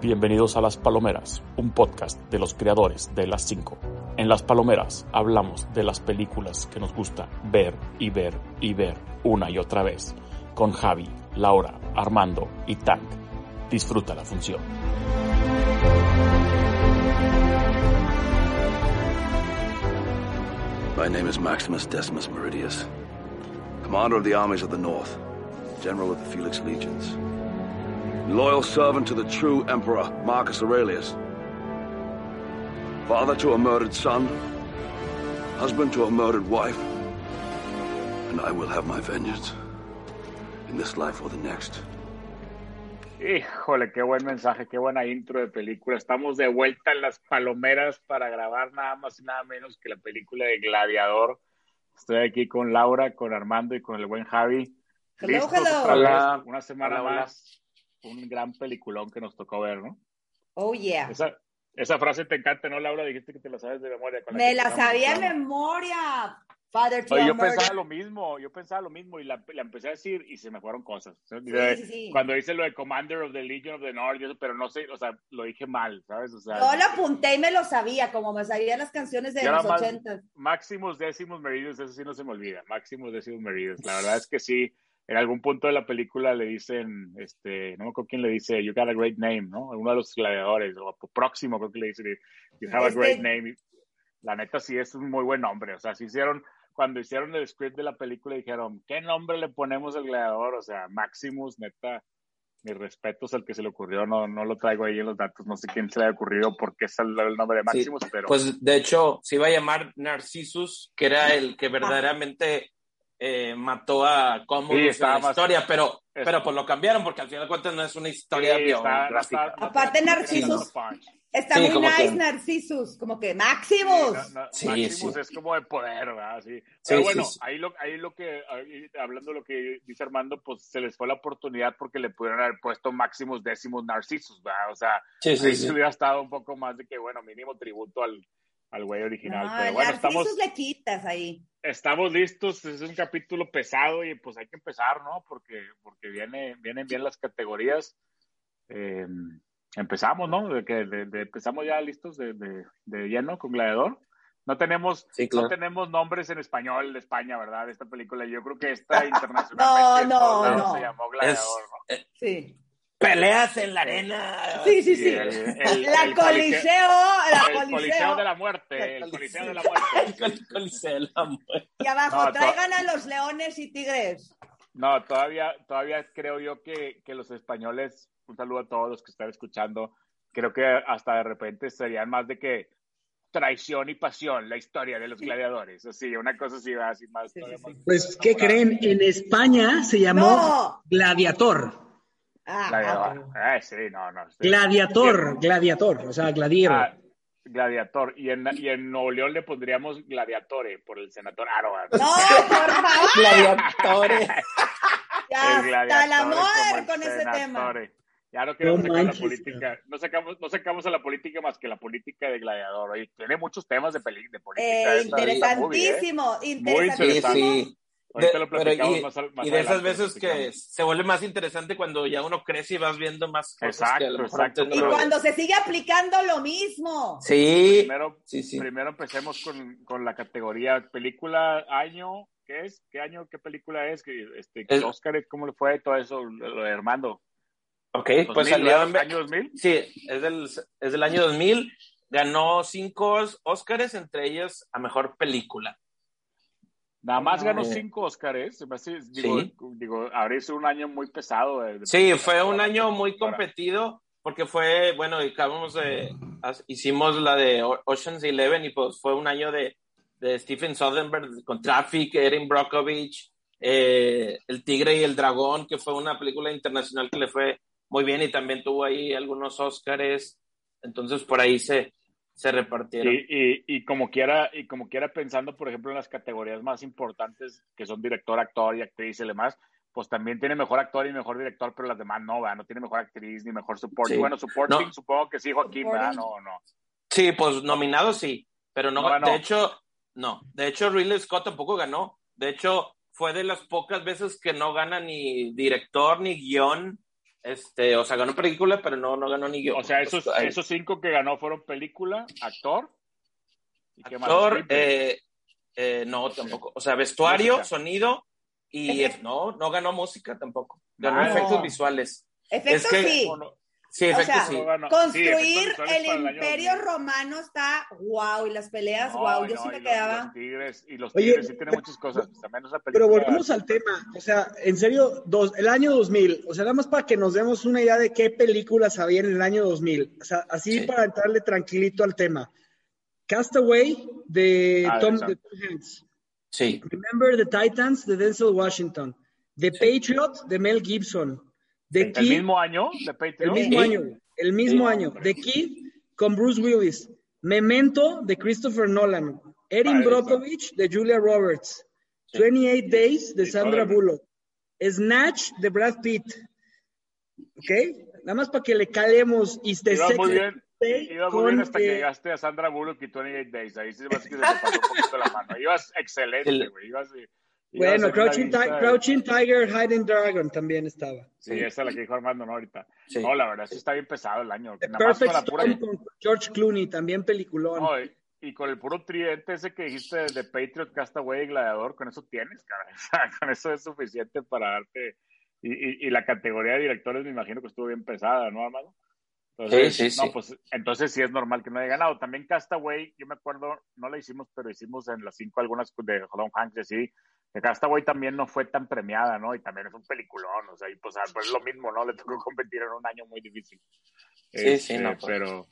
Bienvenidos a Las Palomeras, un podcast de los creadores de Las 5. En Las Palomeras hablamos de las películas que nos gusta ver y ver y ver una y otra vez, con Javi, Laura, Armando y Tank. Disfruta la función. My name is Maximus Decimus Meridius, commander of the armies of the North, general of the Felix Legions, loyal servant to the true emperor Marcus Aurelius, father to a murdered son, husband to a murdered wife, and I will have my vengeance in this life or the next. Híjole, qué buen mensaje, qué buena intro de película. Estamos de vuelta en las palomeras para grabar nada más y nada menos que la película de Gladiador. Estoy aquí con Laura, con Armando y con el buen Javi. Hello, Listos hello. otra vez, Hola. Una semana Hola, hola. más. Un gran peliculón que nos tocó ver, ¿no? Oh, yeah. Esa, esa frase te encanta, ¿no, Laura? Dijiste que te la sabes de memoria. con Me que la empezamos sabía el en programa. memoria. Father to Oye, a yo murder. pensaba lo mismo, yo pensaba lo mismo y la, la empecé a decir y se me fueron cosas. sí, sí. Cuando hice lo de Commander of the Legion of the North, y eso, pero no sé, o sea, lo dije mal, ¿sabes? O sea, Yo lo apunté y me lo sabía, como me sabía las canciones de Ya los nada más- ochentas. Máximos décimos meridios, eso sí no se me olvida. Máximos décimos meridios. La verdad es que sí, en algún punto de la película le dicen, este, no me acuerdo quién le dice, you got a great name, ¿no? Uno de los gladiadores, o próximo creo que le dicen, you have a Este- great name. Y La neta sí es un muy buen nombre, o sea, sí hicieron, cuando hicieron el script de la película dijeron, ¿qué nombre le ponemos al gladiador? O sea, Maximus, neta. Mis respetos al que se le ocurrió, no, no lo traigo ahí en los datos, no sé quién se le ha ocurrido porque es el, el nombre de Sí, Maximus, pero... Pues de hecho se iba a llamar Narcissus, que era el Ah. que verdaderamente eh, mató a Commodus Sí, en estaba la más- historia, pero, es- pero pues lo cambiaron porque al final de cuentas no es una historia Sí, está- biográfica. está- Aparte, está- Narcisos. está punch. Está Sí, muy como nice, que- Narcissus. Como que Maximus. No, no, Sí, Maximus sí. es como de poder, ¿verdad? Sí. Sí, Pero sí, bueno, sí. ahí lo, ahí lo que, ahí, hablando de lo que dice Armando, pues se les fue la oportunidad porque le pudieron haber puesto máximos décimos Narcisos, ¿verdad? O sea, Sí, sí, ahí sí. se hubiera estado un poco más de que, bueno, mínimo tributo al, al güey original. No, Pero el bueno, Narcissus estamos, le quitas ahí. estamos listos, es un capítulo pesado y pues hay que empezar, ¿no? Porque, porque viene, vienen bien las categorías. Eh, empezamos, ¿no? De que de- de- empezamos ya listos de, de, de lleno con Gladiador. No tenemos, Sí, no claro. tenemos nombres en español de España, ¿verdad? De esta película. Yo creo que esta No, internacionalmente en no, todos lados no. se llamó Gladiador, ¿no? Sí. eh, Peleas en la arena. Sí, sí, sí. Y el- el- la el Coliseo, coliseo- la el Coliseo. coliseo de la muerte, el coliseo de la muerte. Col- Coliseo del amor. Y abajo, No, to- traigan a los leones y tigres. No, todavía, todavía creo yo que, que los españoles, un saludo a todos los que están escuchando, creo que hasta de repente serían más de que traición y pasión, la historia de los gladiadores, así, una cosa así, ¿verdad? así más. Sí, sí, todavía sí. más Pues, ¿qué elaborada. creen? En España se llamó No. Gladiator. Ah, Gladiador. ah, Ah, sí, no, no. sí. Gladiator, gladiator, o sea, gladiero. Ah, gladiator. Y en, y en Nuevo León le pondríamos gladiatore por el senador Ah, Aro. ¿verdad? No, por favor, Gladiadores. El ya gladiador hasta la como moda el con ese tema. senador. eh. Ya no queremos No sacar manches, la política. No sacamos, no sacamos a la política más que la política de gladiador. Oye, tiene muchos temas de, peli, de Eh, política. esta- esta movie, ¿eh? interesantísimo, Sí, interesante. interesantísimo. sí. Ahorita De- lo pero platicamos y, más al- más y de esas adelante, veces que platicamos. se vuelve más interesante cuando ya uno crece y vas viendo más cosas que a Exacto, lo mejor exacto. antes Y no lo cuando se sigue aplicando lo mismo. veías. Sí, Primero, sí, sí. primero empecemos con, con la categoría película, año, ¿qué es? ¿Qué año, qué película es? Que, Este, El- Oscar, ¿cómo le fue todo eso, lo de Armando? Ok, 2000, pues salió en, ¿verdad? año 2000. Sí, es del, es del año 2000. Ganó cinco os- Óscares, entre ellos a mejor película. Nada más ganó Eh, cinco Óscares. se me hace- Digo, sí. digo, habría sido un año muy pesado. de- de- Sí, fue un año muy Ahora, competido porque fue, bueno, acabamos de, as- hicimos la de O- Ocean's Eleven y pues fue un año de, de Stephen Soderbergh con Traffic, Erin Brockovich, eh, El Tigre y el Dragón, que fue una película internacional que le fue muy bien y también tuvo ahí algunos Óscares. Entonces por ahí se, se repartieron. Y, y, y como quiera, y como quiera pensando, por ejemplo, en las categorías más importantes que son director, actor y actriz y demás, pues también tiene mejor actor y mejor director, pero las demás no, ¿verdad? No tiene mejor actriz ni mejor supporting. Sí. Bueno, supporting No. supongo que sí, Joaquín, ¿verdad? Supporting. No, no. Sí, pues nominado sí, pero no, No ganó. de hecho, no, de hecho Ridley Scott tampoco ganó, de hecho fue de las pocas veces que no gana ni director ni guión, este, o sea, ganó película, pero no, no ganó ni guión. O sea, esos, Ay, esos cinco que ganó fueron película, actor. ¿Y qué más? actor, Screenplay. eh, eh, no, tampoco, o sea, vestuario, Música. sonido y eh, no, no ganó música tampoco, ganó No. efectos visuales. Efecto es que- sí. ¿O no? Sí, O eh, efectos sea, sí. Bueno, sí, Construir efectos visuales el para el año imperio 2000. romano está wow y las peleas No, wow. y Yo no, sí y me los- quedaba. Los tigres, y los Oye, tigres sí tienen muchas cosas. También esa película. Pero volvemos al tema, o sea, en serio, dos, el año 2000, o sea, nada más para que nos demos una idea de qué películas había en el año 2000, o sea, así Sí. para entrarle tranquilito al tema. Castaway de Ah, Tom, exacto. de Tom Hanks, Sí, Remember the Titans de Denzel Washington, The Patriot de Mel Gibson, The ¿El Kid, mismo año de el Patreon? Sí. mismo año, el mismo Sí. año, The Kid con Bruce Willis, Memento de Christopher Nolan, Erin Ahí está. Brockovich de Julia Roberts, 28 Days de Sí, Sandra órale. Bullock, Snatch de Brad Pitt. ¿Ok? Nada más para que le calemos y te Iba muy Sex bien. Day Iba muy bien con, hasta que eh, llegaste a Sandra Bullock y 28 Days. Ahí sí se me hace que se te pasó un poquito la mano. Ibas excelente, El- güey. Ibas, ibas Bueno, en una Crouching, lista Ti- de- Crouching Tiger, Hidden Dragon también estaba. Sí, esa es la que dijo Armando, ¿no? Ahorita. Sí. No, la verdad, sí está bien pesado el año. The Nada más con Perfect la pura. Storm con George Clooney, también peliculón. No, y- y con el puro tridente ese que dijiste de Patriot, Castaway y Gladiador, con eso tienes, cara. O sea, con eso es suficiente para darte. Y, y- y la categoría de directores me imagino que estuvo bien pesada, ¿no, Armando? Entonces, Sí, sí, no, sí. pues entonces sí es normal que no haya ganado. También Castaway, yo me acuerdo, no la hicimos, pero hicimos en las cinco algunas de Don Hanks y así. Que Castaway también no fue tan premiada, ¿no? Y también es un peliculón, o sea, y pues, ah, pues es lo mismo, ¿no? Le tocó competir en un año muy difícil. Este, Sí, sí, no, pues. Pero,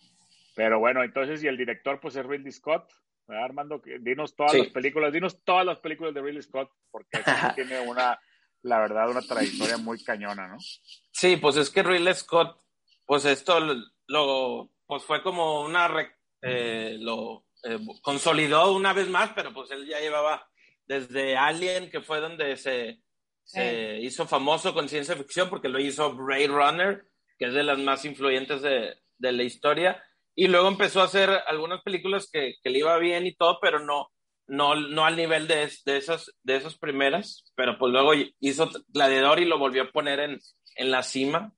pero bueno, entonces, y el director, pues es Ridley Scott, ¿verdad, Armando? Que- Dinos todas Sí. las películas, dinos todas las películas de Ridley Scott, porque ese sí tiene una, la verdad, una trayectoria muy cañona, ¿no? Sí, pues es que Ridley Scott, pues esto lo- lo, pues fue como una, re- eh, lo eh, consolidó una vez más, pero pues él ya llevaba desde Alien, que fue donde se, se hizo famoso con ciencia ficción, porque lo hizo Blade Runner, que es de las más influyentes de, de la historia, y luego empezó a hacer algunas películas que, que le iba bien y todo, pero no, no, no al nivel de, es- de, esas, de esas primeras, pero pues luego hizo Gladiador y lo volvió a poner en, en la cima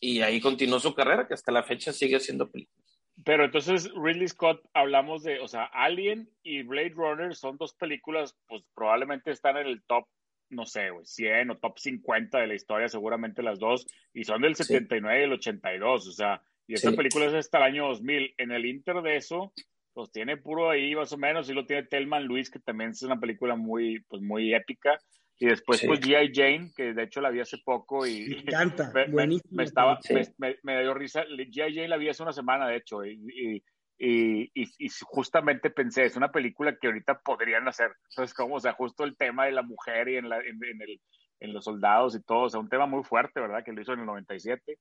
y ahí continuó su carrera, que hasta la fecha sigue siendo película. Pero entonces, Ridley Scott, hablamos de, o sea, Alien y Blade Runner son dos películas, pues probablemente están en el top, no sé, güey, 100 o top 50 de la historia, seguramente las dos, y son del Sí. 79 y el 82, o sea, y esta Sí. película es hasta el año 2000. En el inter de eso, pues tiene puro ahí más o menos, y lo tiene Telman Luis, que también es una película muy, pues muy épica, y después Sí. pues G.I. Jane, que de hecho la vi hace poco Me y... encanta, Me, me- buenísimo. me estaba, Sí. me, me- me dio risa. G.I. Jane la vi hace una semana, de hecho, y, y, y- y- y justamente pensé, es una película que ahorita podrían hacer. Entonces, como, o sea, justo el tema de la mujer y en, la- en- en el- en los soldados y todo, o sea, un tema muy fuerte, ¿verdad? Que lo hizo en el 97.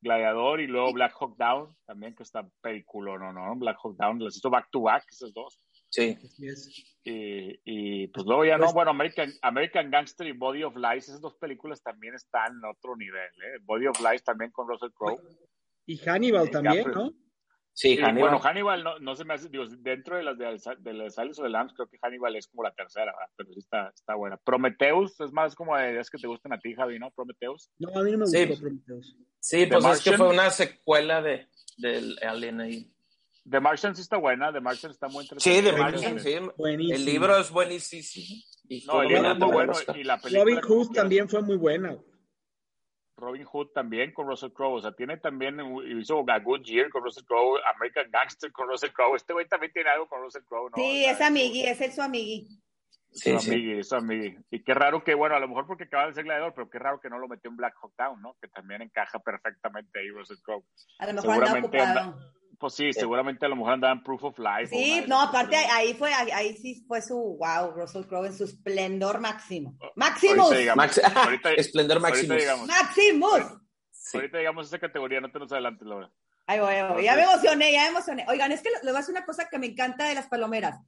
Gladiador y luego Black Hawk Down, también que está película, no, no, Black Hawk Down, las hizo back to back, esas dos. Sí. Así es. Y, y, pues luego ya no, bueno, American, American Gangster y Body of Lies, esas dos películas también están en otro nivel, ¿eh? Body of Lies también con Russell Crowe. Y Hannibal Y también, Capri- ¿no? Sí, Y, Hannibal. Bueno, Hannibal no, no se me hace, digo, dentro de las de, Alza- de las Sales o de Lambs, creo que Hannibal es como la tercera, ¿verdad? pero sí está, está buena. Prometheus es más como de ideas que te gustan a ti, Javi, ¿no? Prometheus. No, a mí no me Sí. gustó Prometheus. sí, The pues es que Martian. fue una secuela de, del Alien ahí. The Martian sí está buena, The Martian está muy interesante. Sí, de Martian, sí. Buenísimo. El libro es buenísimo. Y No, fue el libro es muy nominado al bueno Oscar. y la película. Robin como Hood quieras, también fue muy buena. güey. Robin Hood también con Russell Crowe, o sea, tiene también, hizo A Good Year con Russell Crowe, American Gangster con Russell Crowe, este güey también tiene algo con Russell Crowe, ¿no? O Sí, sea, es amigui, es el su amigui. Es un Sí, sí. amigui, es un amigui. Y qué raro que, bueno, a lo mejor porque acaba de ser gladiador, pero qué raro que no lo metió en Black Hawk Down, ¿no? Que también encaja perfectamente ahí Russell Crowe. A lo mejor anda Seguramente ocupado. anda- Pues Eh. sí, seguramente a lo mejor andaban Proof of Life. o una Sí, de no, esas aparte películas. ahí fue, ahí, ahí sí fue su wow, Russell Crowe en su esplendor máximo. Ahorita ¡Maximus! llegamos. Max- Ahorita- Esplendor ahorita Maximus. llegamos. ¡Maximus! Sí. Ahorita llegamos a esa categoría, no te nos adelantes, Laura. Ahí voy, ahí voy. Ya me emocioné, ya me emocioné. Oigan, es que lo- les voy a hacer una cosa que me encanta de las palomeras.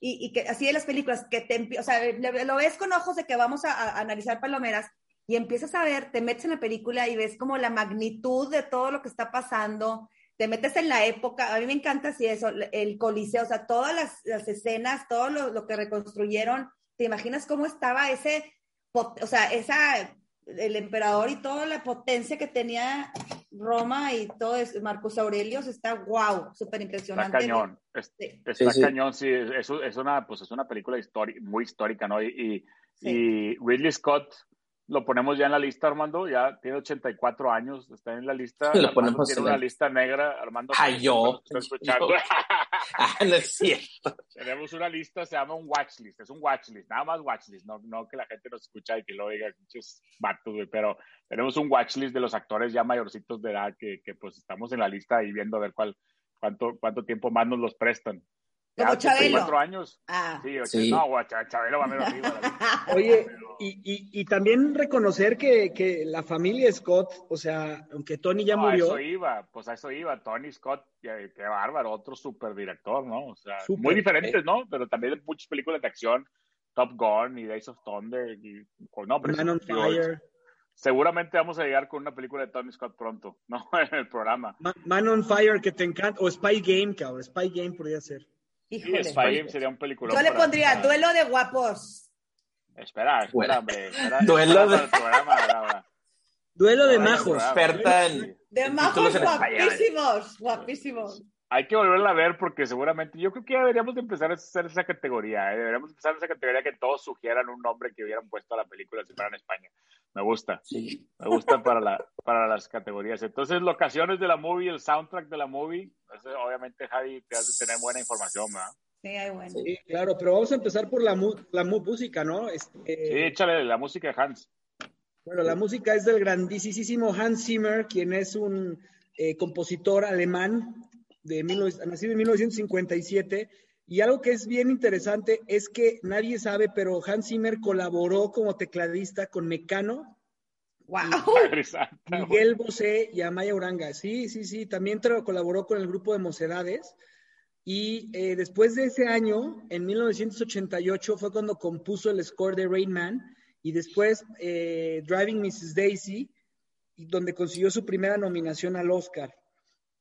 Y, y que así de las películas, que te, empie- o sea, le- lo ves con ojos de que vamos a, a analizar palomeras y empiezas a ver, te metes en la película y ves como la magnitud de todo lo que está pasando, te metes en la época, a mí me encanta así eso, el coliseo, o sea, todas las, las escenas, todo lo, lo que reconstruyeron, te imaginas cómo estaba ese, pot- o sea, esa, el emperador y toda la potencia que tenía Roma y todo eso, Marcus Aurelio, o sea, está wow, súper Está impresionante. cañón. Es- Sí, Está sí. cañón, sí. Es, es una, pues, es una película histori- muy histórica, ¿no? Y, y- sí. y Ridley Scott lo ponemos ya en la lista, Armando. Ya tiene 84 años, está en la lista. Lo Armando ponemos tiene en una la- lista negra, Armando. Ay, pues, yo, nos está escuchando. yo. Ah, no es cierto. Tenemos una lista, se llama un watchlist, es un watchlist, nada más watchlist, no, no que la gente nos escucha y que lo diga, muchos vatos, güey, pero tenemos un watchlist de los actores ya mayorcitos de edad que, que pues estamos en la lista y viendo a ver cuál, cuánto, cuánto tiempo más nos los prestan. Como Chabelo. cuatro años. Ah. Sí, Sí. sí. no, güey, Cha- Chabelo va a ver arriba. la lista. Oye, Pero- y, y- y también reconocer que, que la familia Scott, o sea, aunque Tony ya no, murió, A Ah, eso iba, pues a eso iba. Tony Scott, qué, qué bárbaro, otro super director, ¿no? O sea, Súper, eh. muy diferentes, ¿no? Pero también de muchas películas de acción, Top Gun y Days of Thunder, y, con nombres. Man on Digo, Fire, Seguramente vamos a llegar con una película de Tony Scott pronto, ¿no? En el programa. Ma- Man on Fire que te encanta, o Spy Game, cabrón, Spy Game podría ser. Y Híjole. Spy Game sería un película. Yo le pondría duelo de guapos. Espera, Bueno. espera, hombre. espera- Duelo espera de- para el programa, Laura. Duelo de Ahora el majos. programa. Experta en. De en majos títulos en español. guapísimos, guapísimos. Hay que volverla a ver porque seguramente yo creo que ya deberíamos de empezar a hacer esa categoría. ¿eh? Deberíamos empezar esa categoría que todos sugieran un nombre que hubieran puesto a la película si fuera en España. Me gusta, Sí. me gusta para, la, para las categorías. Entonces, locaciones de la movie, el soundtrack de la movie. Entonces, obviamente, Javi, te has de tener buena información, ¿verdad? Sí, ay, bueno. Sí. Sí, claro, pero vamos a empezar por la, mu- la mu- música, ¿no? Sí, Este, échale la música de Hans. Bueno, la música es del grandísimo Hans Zimmer, quien es un eh, compositor alemán de 19 nacido en 1957. Y algo que es bien interesante es que nadie sabe, pero Hans Zimmer colaboró como tecladista con Mecano, Wow. Padre Santa, güey. Miguel Bosé y Amaya Uranga. Sí, sí, sí. También tra- colaboró con el grupo de Mocedades. Y eh, después de ese año, en 1988, fue cuando compuso el score de Rain Man. Y después eh, Driving Mrs. Daisy, y donde consiguió su primera nominación al Oscar.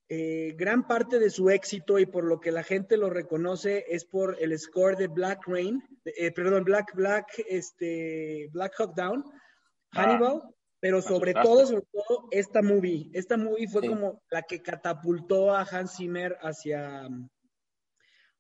Eh, gran parte de su éxito y por lo que la gente lo reconoce es por el score de Black Rain, eh, perdón, Black, Black, este, Black Hawk Down, Ah. Hannibal, pero sobre asustaste. todo, sobre todo, esta movie. Esta movie fue Sí. como la que catapultó a Hans Zimmer hacia,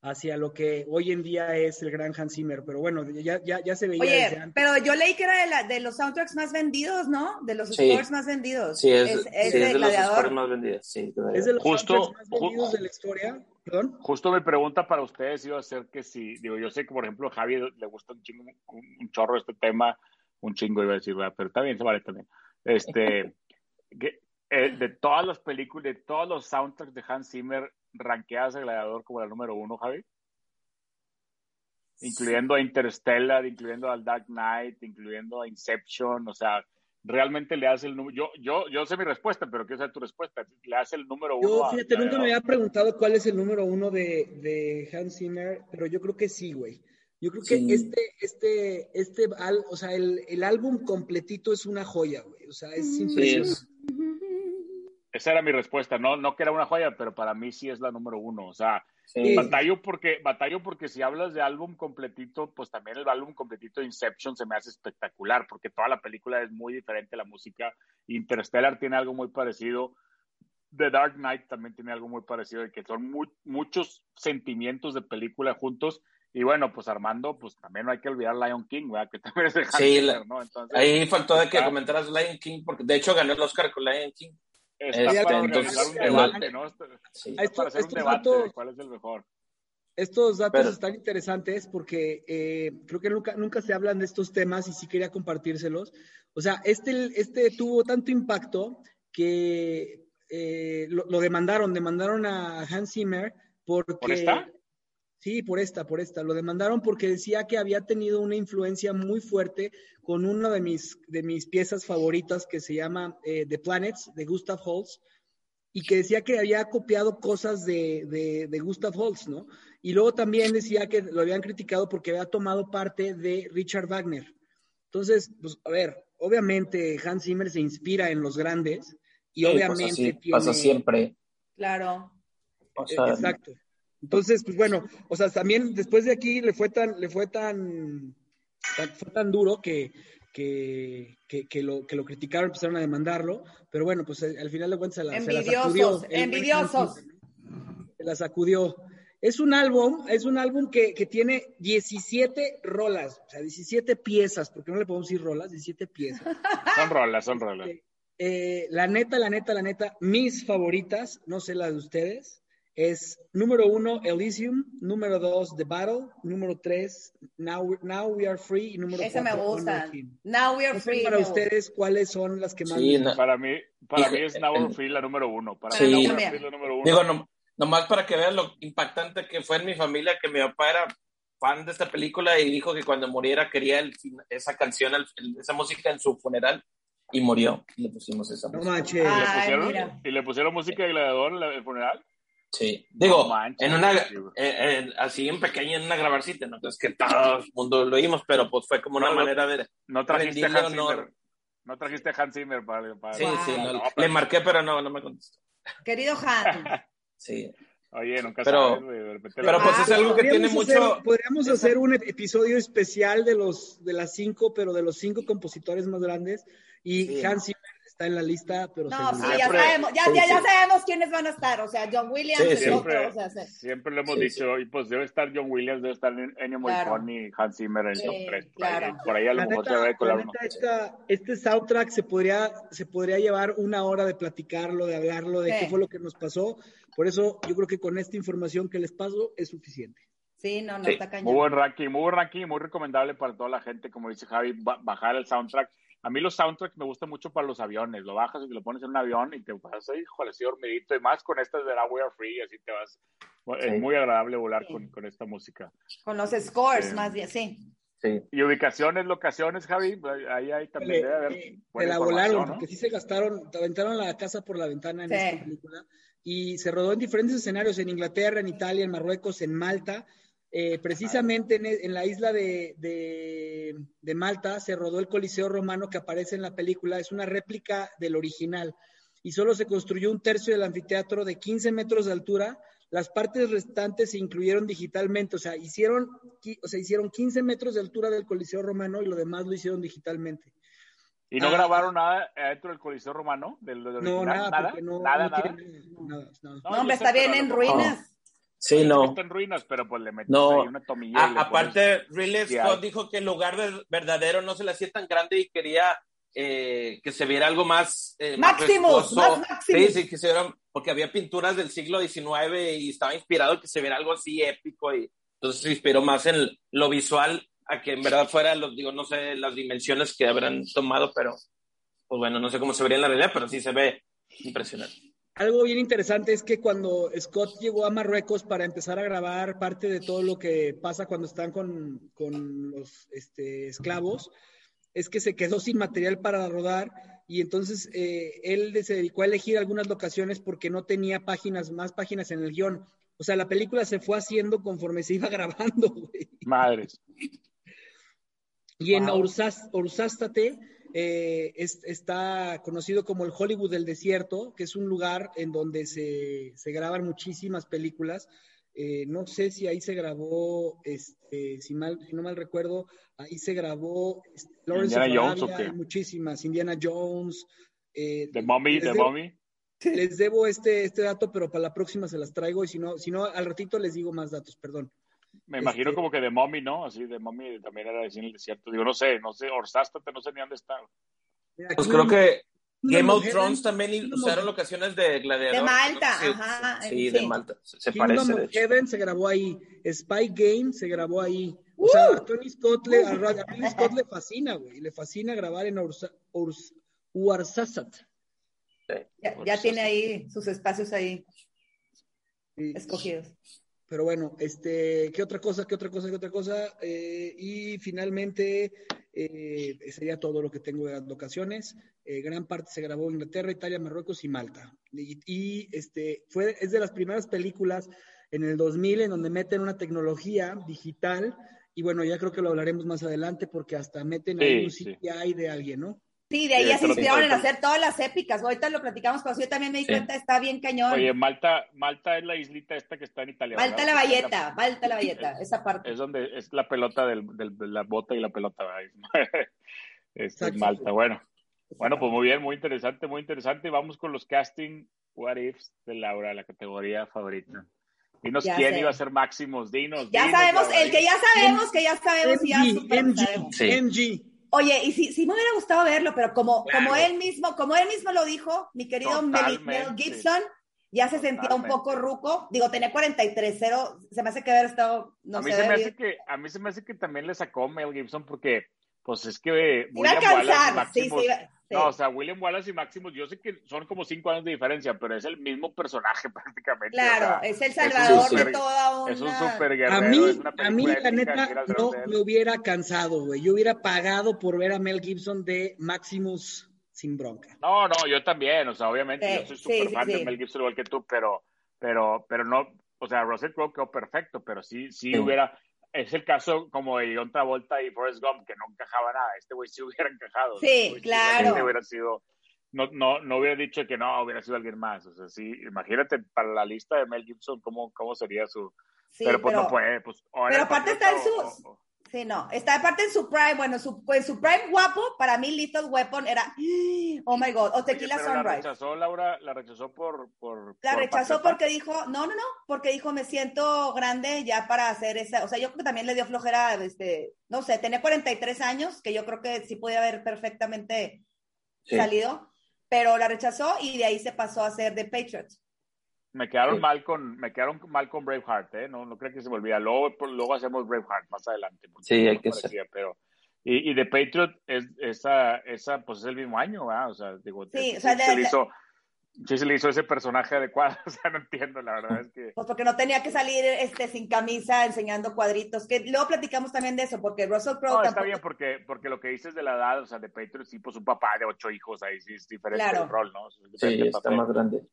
hacia lo que hoy en día es el gran Hans Zimmer. Pero bueno, ya, ya, ya se veía desde Oye, antes. pero yo leí que era de, la- de los soundtracks más vendidos, ¿no? De los Sí. scores más vendidos. Sí, es, sí, de es de los Gladiador. scores más vendidos. Sí, Es de los Justo- soundtracks más ju- vendidos de la historia. Perdón. Justo mi pregunta para ustedes iba a ser que si, digo, yo sé que por ejemplo a Javi le gusta un, chingo, un, un chorro este tema, un chingo iba a decir, ¿verdad? pero está bien, se vale también. Este, que, eh, de todas las películas, de todos los soundtracks de Hans Zimmer, ranqueadas el gladiador como la número uno, Javi, incluyendo a Interstellar, incluyendo al Dark Knight, incluyendo a Inception, o sea, realmente le hace el número, yo, yo, yo sé mi respuesta, pero quiero saber tu respuesta, le hace el número uno. Yo, a fíjate, nunca me Gladiador? había preguntado cuál es el número uno de, de Hans Zimmer, pero yo creo que sí, güey. Yo creo que Sí. este, este, este, al- o sea, el, el álbum completito es una joya, güey. O sea, es Sí, impresionante. es- Esa era mi respuesta, no, no que era una joya, pero para mí sí es la número uno. O sea, sí. Batalla. batallo porque, batallo porque si hablas de álbum completito, pues también el álbum completito de Inception se me hace espectacular, porque toda la película es muy diferente la música. Interstellar tiene algo muy parecido. The Dark Knight también tiene algo muy parecido, de que son mu- muchos sentimientos de película juntos. Y bueno, pues Armando, pues también no hay que olvidar Lion King, ¿verdad? Que también es de Hans Sí, la- Zimmer, ¿no? Entonces, Ahí faltó de que está- comentaras Lion King, porque de hecho ganó el Oscar con Lion King. está este, para entonces, organizar un el- debate, ¿no? Está- Sí. está para hacer un Estos debate de datos- cuál es el mejor. Estos datos Pero- están interesantes porque eh, creo que nunca, nunca se hablan de estos temas y sí quería compartírselos. O sea, este, este tuvo tanto impacto que eh, lo, lo, demandaron, demandaron a Hans Zimmer porque... ¿Por esta? Sí, por esta, por esta. Lo demandaron porque decía que había tenido una influencia muy fuerte con una de mis, de mis piezas favoritas que se llama eh, The Planets, de Gustav Holst, y que decía que había copiado cosas de, de, de, Gustav Holst, ¿no? Y luego también decía que lo habían criticado porque había tomado parte de Richard Wagner. Entonces, pues, a ver, obviamente Hans Zimmer se inspira en los grandes y sí, obviamente pues así, tiene... Pasa siempre. Claro. Eh, O sea, Eh, Exacto. Entonces, pues bueno, o sea, también después de aquí le fue tan, le fue tan, tan fue tan duro que, que, que, que, lo, que lo criticaron, empezaron a demandarlo, pero bueno, pues al final de cuentas se la, envidiosos, se la sacudió. Envidiosos. Se la sacudió. Es un álbum, es un álbum que, que tiene 17 rolas, o sea, 17 piezas, porque no le podemos decir rolas, 17 piezas. son rolas, son rolas. Eh, eh, la neta, la neta, la neta, mis favoritas, no sé las de ustedes es número uno, Elysium, número dos, The Battle, número tres, Now, Now We Are Free, y número Esa cuatro, me gusta. Now We Are no sé Free. Para ustedes, gusta. ¿cuáles son las que más? Sí, no. Para mí, para Digo, mí es Now We Are Free la número uno. Para eh, sí. mí Now We Are Free la número uno. Digo, no, nomás para que vean lo impactante que fue en mi familia, que mi papá era fan de esta película y dijo que cuando muriera quería el, esa canción, el, esa música en su funeral y murió. Y le pusimos esa no música. Manches. Ay, Ah. ¿Y, le pusieron, ¿Y le pusieron música de gladiador en el funeral? Sí. Digo, no manches, en una, eh, eh, así en pequeña, en una grabarcita, ¿no? Es que todo el mundo lo oímos, pero pues fue como una no, manera de. No trajiste a Hans honor. Zimmer. No trajiste a Hans Zimmer para. para sí, wow. sí, Ah, no, no, le marqué, pero no, no me contestó. Querido Hans. sí. Oye, nunca pero, sabes, de repente pero le... pues es algo que tiene hacer, mucho. Podríamos hacer un episodio especial de los de las cinco, pero de los cinco compositores más grandes. Y Sí. Hans Zimmer está en la lista, pero No, sí, seguro. ya Siempre- sabemos, ya, sí, ya, sí. ya sabemos quiénes van a estar, o sea, John Williams, Sí, el siempre. otro, o sea, se- Siempre lo hemos Sí, dicho, y pues debe estar John Williams, debe estar Ennio Claro. Morricone y Hans Zimmer en el Sí, top 3. Por, ahí, claro. por ahí a lo La mejor neta, te va a la colar uno. neta, esta- este soundtrack se podría, se podría llevar una hora de platicarlo, de hablarlo, de Sí. qué fue lo que nos pasó. Por eso yo creo que con esta información que les paso es suficiente. Sí, no, no, Sí, está Muy cañón. buen ranking, muy buen ranking, muy recomendable para toda la gente, como dice Javi, ba- bajar el soundtrack. A mí los soundtracks me gustan mucho para los aviones, lo bajas y te lo pones en un avión y te vas, "Ay, híjole, así dormidito, y más con estas de la We Are Free, así te vas. Es Sí. muy agradable volar Sí. con, con esta música. Con los scores, Sí. más bien, sí. Sí. Y ubicaciones, locaciones, Javi, ahí, ahí también debe haber. Eh, se buena la información, volaron, ¿no? porque sí se gastaron, aventaron la casa por la ventana en Sí. esta película. Y se rodó en diferentes escenarios, en Inglaterra, en Italia, en Marruecos, en Malta. Eh, precisamente en, en la isla de, de- de Malta se rodó el Coliseo Romano que aparece en la película. Es una réplica del original. Y solo se construyó un tercio del anfiteatro de 15 metros de altura. Las partes restantes se incluyeron digitalmente, o sea, hicieron, qui- o sea, hicieron 15 metros de altura del Coliseo Romano y lo demás lo hicieron digitalmente. ¿Y no Ah. grabaron nada dentro del Coliseo Romano? Del, del No, original? nada, ¿Nada? porque no, ¿Nada, no nada? tiene nada, nada. No, yo hombre, sé, está pero bien a lo en mejor- ruinas. Sí, Yo sé que no. Está en ruinas, pero pues le metes No. ahí una tomilla y le pones- A- Ah, aparte, Ridley Sí, Scott hay. dijo que el lugar ver- verdadero no se le hacía tan grande y quería eh, que se viera algo más. eh, Maximus, majestuoso. más Maximus. Sí, sí, que se viera- porque había pinturas del siglo XIX y estaba inspirado que se viera algo así épico y entonces se inspiró más en lo visual a que en verdad fuera, los, digo, no sé las dimensiones que habrán tomado, pero pues bueno, no sé cómo se vería en la realidad, pero sí se ve impresionante. Algo bien interesante es que cuando Scott llegó a Marruecos para empezar a grabar parte de todo lo que pasa cuando están con, con los este, esclavos, es que se quedó sin material para rodar y entonces eh, él se dedicó a elegir algunas locaciones porque no tenía páginas, más páginas en el guión. O sea, la película se fue haciendo conforme se iba grabando, güey. Madres. Y en Wow. Orsás- Orsástate eh, es- está conocido como el Hollywood del desierto, que es un lugar en donde se, se graban muchísimas películas. Eh, no sé si ahí se grabó, este, si, mal, si no mal recuerdo, ahí se grabó este, Lawrence of Indiana Jones, Arabia, ¿o qué? y muchísimas, Indiana Jones. eh, The Mommy, les The debo- Mommy. Les debo este, este dato, pero para la próxima se las traigo y si no, si no, al ratito les digo más datos, perdón. Me imagino Este- como que The Mommy, ¿no? Así, The Mommy también era así en el desierto. Digo, no sé, no sé, Orsástate, no sé ni dónde está. Mira, Pues aquí creo una- que una Game of mujer- Thrones también una usaron mujer- locaciones de Gladiador. De Malta, Sí, ajá, Sí, eh, de sí. Malta. Se se Kingdom parece, de of hecho. Heaven se grabó ahí, Spy Game se grabó ahí. O sea, ¡Uh! a Tony Scott le, a Ra- a Tony Scott le fascina, güey. Le fascina grabar en Ursa- Urs- Ouarzazate. Ya, ya tiene ahí sus espacios ahí Sí. escogidos. Pero bueno, este, ¿qué otra cosa? ¿Qué otra cosa? ¿Qué otra cosa? Eh, y finalmente eh, sería todo lo que tengo de las locaciones. Eh, gran parte se grabó en Inglaterra, Italia, Marruecos y Malta. Y, y, este, fue, es de las primeras películas en el 2000 en donde meten una tecnología digital. Y bueno, ya creo que lo hablaremos más adelante porque hasta meten ahí Sí, sí. un CGI de alguien, ¿no? Sí, de ahí Sí, ya se eso lo inspiraron en dijo. hacer todas las épicas. Ahorita lo platicamos con eso. Yo también me di Sí. cuenta, está bien cañón. Oye, Malta, Malta es la islita esta que está en Italia. Malta la ¿verdad? valleta, Malta la valleta, Es- esa parte. Es donde es la pelota del, del- de la bota y la pelota. ¿verdad? Este, Exacto. Malta, bueno. Bueno, pues muy bien, muy interesante, muy interesante. Vamos con los casting What Ifs de Laura, la categoría favorita. Dinos Ya quién sé. iba a ser Máximos, dinos. Ya dinos, sabemos, Laura, el que ya sabemos, que ya sabemos y ya MG, super MG, sabemos. Sí. MG. Oye, y sí, sí me hubiera gustado verlo, pero como, como Claro. él mismo, como él mismo lo dijo, mi querido Mel, Mel Totalmente. Gibson, ya se sentía un Totalmente. poco ruco. Digo, tenía 43, cero, se me hace que haber estado, no a mí sé, se me haber hace ido. que a mí se me hace que también le sacó Mel Gibson porque pues es que iba a William Wallace y alcanzar, sí, Maximus sí, iba, sí. no o sea William Wallace y Maximus yo sé que son como cinco años de diferencia pero es el mismo personaje prácticamente o claro, sea, es el un salvador de super- toda una... es un super A guerrero mí, es una a mí película la épica neta, gira alrededor no de él. me hubiera cansado, güey. Yo hubiera pagado por ver a Mel Gibson de Maximus sin bronca. No, no, yo también, o sea, obviamente Sí, yo soy sí, súper sí, fan de sí. Mel Gibson igual que tú, pero, pero, pero no, o sea, Russell Crowe quedó perfecto, pero sí, sí Sí. hubiera, es el caso como de John Travolta y Forrest Gump, que no encajaba nada, este güey sí hubiera encajado. Sí, este güey claro. Este hubiera sido, no, no, no hubiera dicho que no, hubiera sido alguien más, o sea, sí, imagínate para la lista de Mel Gibson cómo, cómo sería su, Sí, pero pues no puede, pues, o era pero el aparte está patriota en o- sus- o- o- Sí, no. Está aparte en su prime, bueno, su, en su prime guapo, para mí Little Weapon era, oh my God, o Oye, Tequila pero la Sunrise. rechazó Laura, la rechazó por, por, La por rechazó patriota. porque dijo, no, no, no, porque dijo, me siento grande ya para hacer esa, o sea, yo creo que también le dio flojera, este, no sé, tenía 43 años, que yo creo que sí podía haber perfectamente Sí. salido, pero la rechazó y de ahí se pasó a ser The Patriots. Me quedaron Sí. mal con, me quedaron mal con Braveheart, ¿eh? No, no creo que se me olvida. Luego, por- luego hacemos Braveheart más adelante. porque Sí, no hay me que hacer. parecía, pero y, y The Patriot es esa, esa, pues es el mismo año, ¿verdad? O sea, digo, eh, Sí, sí o sea, se de- le de- hizo, sí se le hizo ese personaje adecuado. O sea, no entiendo, la verdad es que Pues porque no tenía que salir este, sin camisa enseñando cuadritos, que luego platicamos también de eso, porque Russell Crowe no Oh, está tampoco- bien porque, porque lo que dices de la edad, o sea, The Patriot sí, pues un papá de ocho hijos ahí sí es diferente Claro. el rol, ¿no? Es diferente Sí, el está papel. más grande.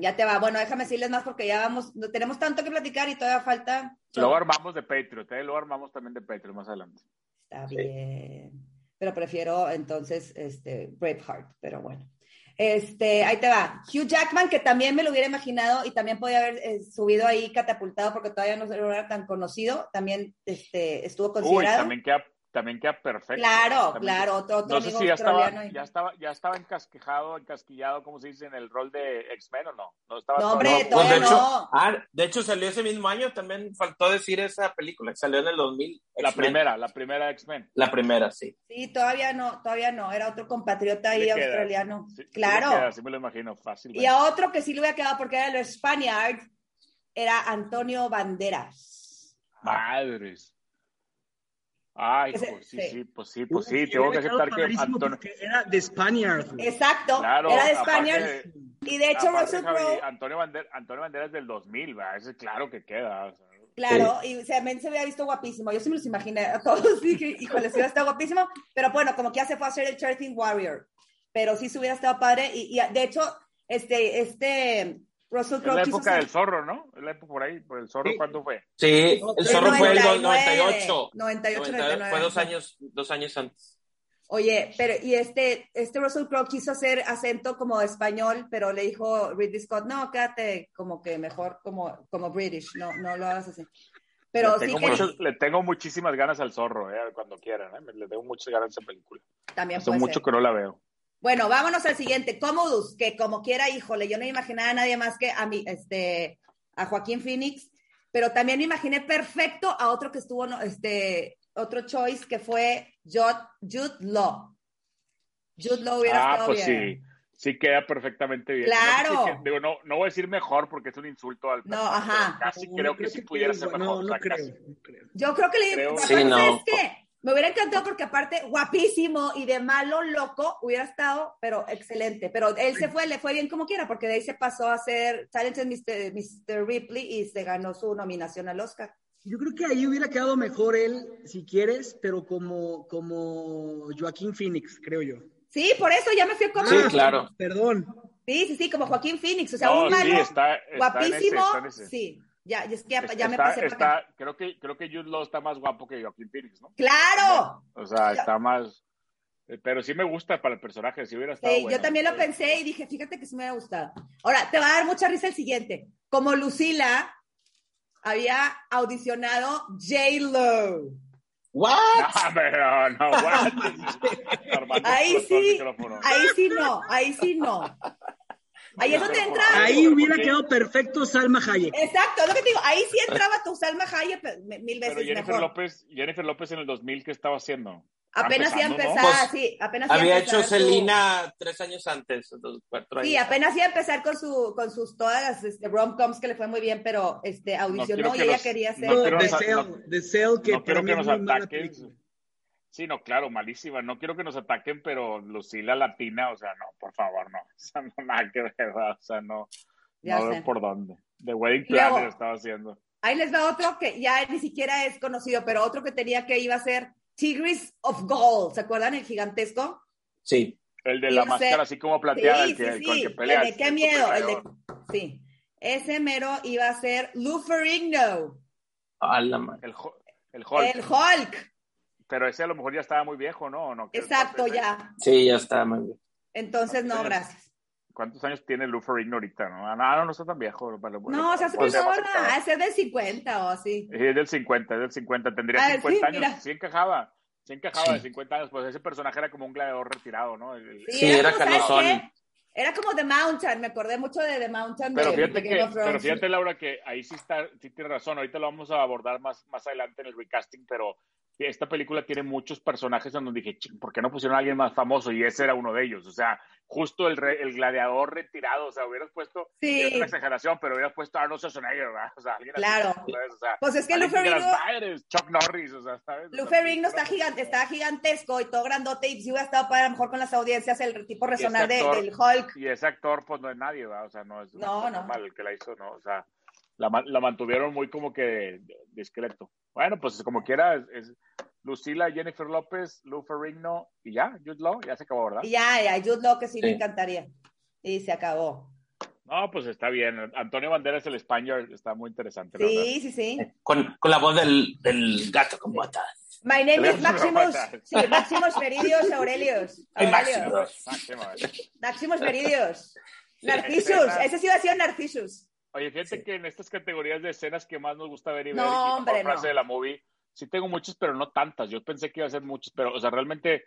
ya te va. Bueno, déjame decirles más porque ya vamos, no tenemos tanto que platicar y todavía falta. Luego armamos The Patriot, ¿eh? Luego armamos también The Patriot más adelante. Está Sí. bien. Pero prefiero entonces este Braveheart, pero bueno. Este, ahí te va. Hugh Jackman, que también me lo hubiera imaginado y también podía haber eh, subido ahí catapultado porque todavía no era tan conocido, también este, estuvo Uy, considerado. también queda, también queda perfecto. claro, También claro, otro, otro No sé amigo si ya australiano. estaba, ahí. ya estaba, ya estaba encasquejado, encasquillado, ¿cómo se dice? En el rol de X-Men o no. No estaba. No, todavía- hombre, No, pues todavía de hecho, no. ah, de hecho salió ese mismo año, también faltó decir esa película, que salió en el 2000. La X-Men. primera, la primera X-Men. La primera, sí. Sí, todavía no, todavía no. Era otro compatriota Sí ahí le queda, australiano. Sí, sí le claro. queda, sí me lo imagino, fácil. Y a otro que sí le hubiera quedado porque era el Spaniard, era Antonio Banderas. Madres. Ay, Ese- pues sí, sí. sí, pues sí, pues sí, Hubiera tengo que quedado aceptar que padrísimo Antonio. porque era de Spaniard. güey. Exacto, Mm. Claro, era de aparte- Spaniard. y de hecho, aparte, Russell Javi, ah, Crowe, Antonio Banderas, Antonio Banderas del 2000, ¿verdad? Ese claro que queda. o sea. claro, y se, me- se había visto guapísimo. Yo sí me los imaginé a todos. Dije, híjole, sí hubiera estado guapísimo. Pero bueno, como que ya se fue a hacer el Charting Warrior. Pero sí se hubiera estado padre. Y, y, de hecho, este, este Russell Es la Crowe quiso época ser- del zorro, ¿no? Es la época por ahí, por el zorro, Sí. ¿cuándo fue? Sí, No, el sí, zorro fue el do- 99, 98. 98, 99. Fue dos años, dos años antes. Oye, pero y este, este Russell Crowe quiso hacer acento como español, pero le dijo Ridley Scott, no, quédate como que mejor como, como British, no, no lo hagas así. Pero le, sí tengo que mucho- le tengo muchísimas ganas al zorro, eh, cuando quieran. eh, Le tengo muchas ganas a esa película. también Hace puede mucho ser. que no la veo. Bueno, vámonos al siguiente, Commodus, que como quiera, híjole, yo no imaginaba a nadie más que a mí, este, a Joaquín Phoenix, pero también me imaginé perfecto a otro que estuvo, no, este, otro choice que fue Jude, Jude Law. Jude Law hubiera Ah, estado pues bien. sí. Sí queda perfectamente bien. Claro. No, sé si que- digo, no, no voy a decir mejor porque es un insulto al No, ajá. pero Casi No, creo no que sí quede pudiera ser igual. mejor. No, o no sea, creo, casi- no creo. Yo creo que le Creo- aparte, Sí, no. ¿sabes qué? Me hubiera encantado porque aparte, guapísimo y de malo loco, hubiera estado, pero excelente. Pero él se fue, le fue bien como quiera, porque de ahí se pasó a ser Talented Mr. Mr. Ripley y se ganó su nominación al Oscar. Yo creo que ahí hubiera quedado mejor él, si quieres, pero como, como Joaquín Phoenix, creo yo. Sí, por eso ya me fui a comer. Sí, claro. Perdón. Sí, sí, sí, como Joaquín Phoenix, o sea, No, un sí, malo está- está en ese, guapísimo, está en ese. sí, ya, y es que ya, Es- ya me está- pasé para está- acá. creo que creo que Jude Law está más guapo que Joaquín Phoenix, ¿no? ¡Claro! O sea, está más eh, pero sí me gusta para el personaje, si hubiera estado Sí, bueno. yo también lo pensé y dije, fíjate que sí me hubiera gustado. Ahora, te va a dar mucha risa el siguiente. Como Lucila había audicionado J-Lo. ¿What? No, pero no, what? Armando Ahí explotó el sí, micrófono. ahí sí no, ahí sí no. Ahí es donde entra. Ahí hubiera ¿Por qué? quedado perfecto Salma Hayek. Exacto, es lo que te digo. Ahí sí entraba tu Salma Hayek pe- me- mil Pero veces Jennifer mejor. López, Jennifer López en el 2000 qué estaba haciendo? Estaba Apenas iba a empezando, ¿no? empezar, Pues, sí, apenas iba a Había empezar hecho su- Selena pues. tres años antes, dos, cuatro años. Sí, apenas iba a empezar con su, con sus todas las este, rom-coms que le fue muy bien, pero este quiero audicionó y que ella los- quería ser. No No, quiero de nos- Cell, no- de Cell, que no quiero para mí que es nos muy mala ataquen. película. Sí, no, claro, malísima. No quiero que nos ataquen, pero Lucila Latina, o sea, no, por favor, no. O sea, no, nada que ver, ¿verdad? o sea, no, Ya no sé. veo por dónde. The Wedding Y luego- Planner estaba haciendo. Ahí les va otro que ya ni siquiera es conocido, pero otro que tenía que iba a ser Tigris of Gold. ¿Se acuerdan el gigantesco? Sí. El de Y la no sé. máscara así como plateada, sí, el que, sí, con el sí. que pelea. el de qué el miedo. el de- superpeleador. sí. Ese mero iba a ser Lou Ferrigno, A la madre. El, Ho- el Hulk. el Hulk. Pero ese a lo mejor ya estaba muy viejo, ¿no? ¿O no? ¿Qué- Exacto, cuántos- ya. Sí, ya está, man. Entonces, no, Entonces, gracias. ¿Cuántos años tiene Lou Ferrigno ahorita, no? Ah, no, no está tan viejo. para- No, se hace que para- no, para- va a ser del 50 o así. Sí, es del 50, es del 50. Tendría Ah, sí, 50 años. mira. Sí encajaba. Sí encajaba Sí. de 50 años. Pues ese personaje era como un gladiador retirado, ¿no? El- el- Sí, era como, ¿sabes Carlosón. qué? Era como The Mountain, me acordé mucho de The Mountain Pero de, de fíjate, Game que, of pero Thrones. fíjate, Laura, que ahí sí, está, sí tiene razón. Ahorita lo vamos a abordar más, más adelante en el recasting, pero esta película tiene muchos personajes en donde dije, "Chin, ¿por qué no pusieron a alguien más famoso? Y ese era uno de ellos. O sea, justo el, re- el gladiador retirado. O sea, hubieras puesto, Sí. es una exageración, pero hubieras puesto a Arnold Schwarzenegger, ¿verdad? O sea, alguien así, Claro. ¿sabes? O sea, Pues es que alguien Lou que digas, Ferrigno- "Madres, Chuck Norris, o sea, ¿sabes? O sea, Luffy Rigno está, una- gigante, está gigantesco y todo grandote y si hubiera estado para a lo mejor con las audiencias el tipo resonar de- este actor- del Hulk. Y ese actor, pues no es nadie, ¿verdad? O sea, no es un No, actor no. normal el que la hizo, ¿no? O sea, la, ma- la mantuvieron muy como que discreto. Bueno, pues como quiera, es, es Lucila, Jennifer López, Lou Ferrigno y ya, Jude Law, ya se acabó, ¿verdad? Y ya, ya, Jude Law que sí, me Sí. encantaría. Y se acabó. No, pues está bien. Antonio Banderas, el español, está muy interesante, la verdad. Sí, sí, sí. Con, con la voz del, del gato con botas. My name is Teléfono, Maximus. ¿verdad? Sí, Maximus Veridios Aurelius. Ay, Aurelio. Máximo, eh. Maximus Veridios. Narcisus. escena. Ese sí iba a ser Narcisus. Oye, fíjate que en estas categorías de escenas que más nos gusta ver y No, ver, y mejor hombre, frase no. de la movie, sí tengo muchas, pero no tantas. Yo pensé que iba a ser muchas, pero, o sea, realmente,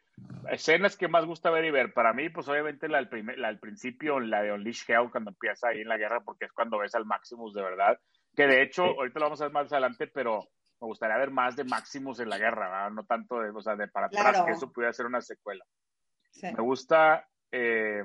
escenas que más gusta ver y ver. Para mí, pues obviamente la del, primer- la del principio, la de Unleash Hell, cuando empieza ahí en la guerra, porque es cuando ves al Maximus de verdad. Que de hecho, ahorita lo vamos a ver más adelante, pero me gustaría ver más de Maximus en la guerra, ¿verdad? No tanto de, o sea, de para atrás, Claro. que eso pudiera ser una secuela. Sí. Me gusta eh,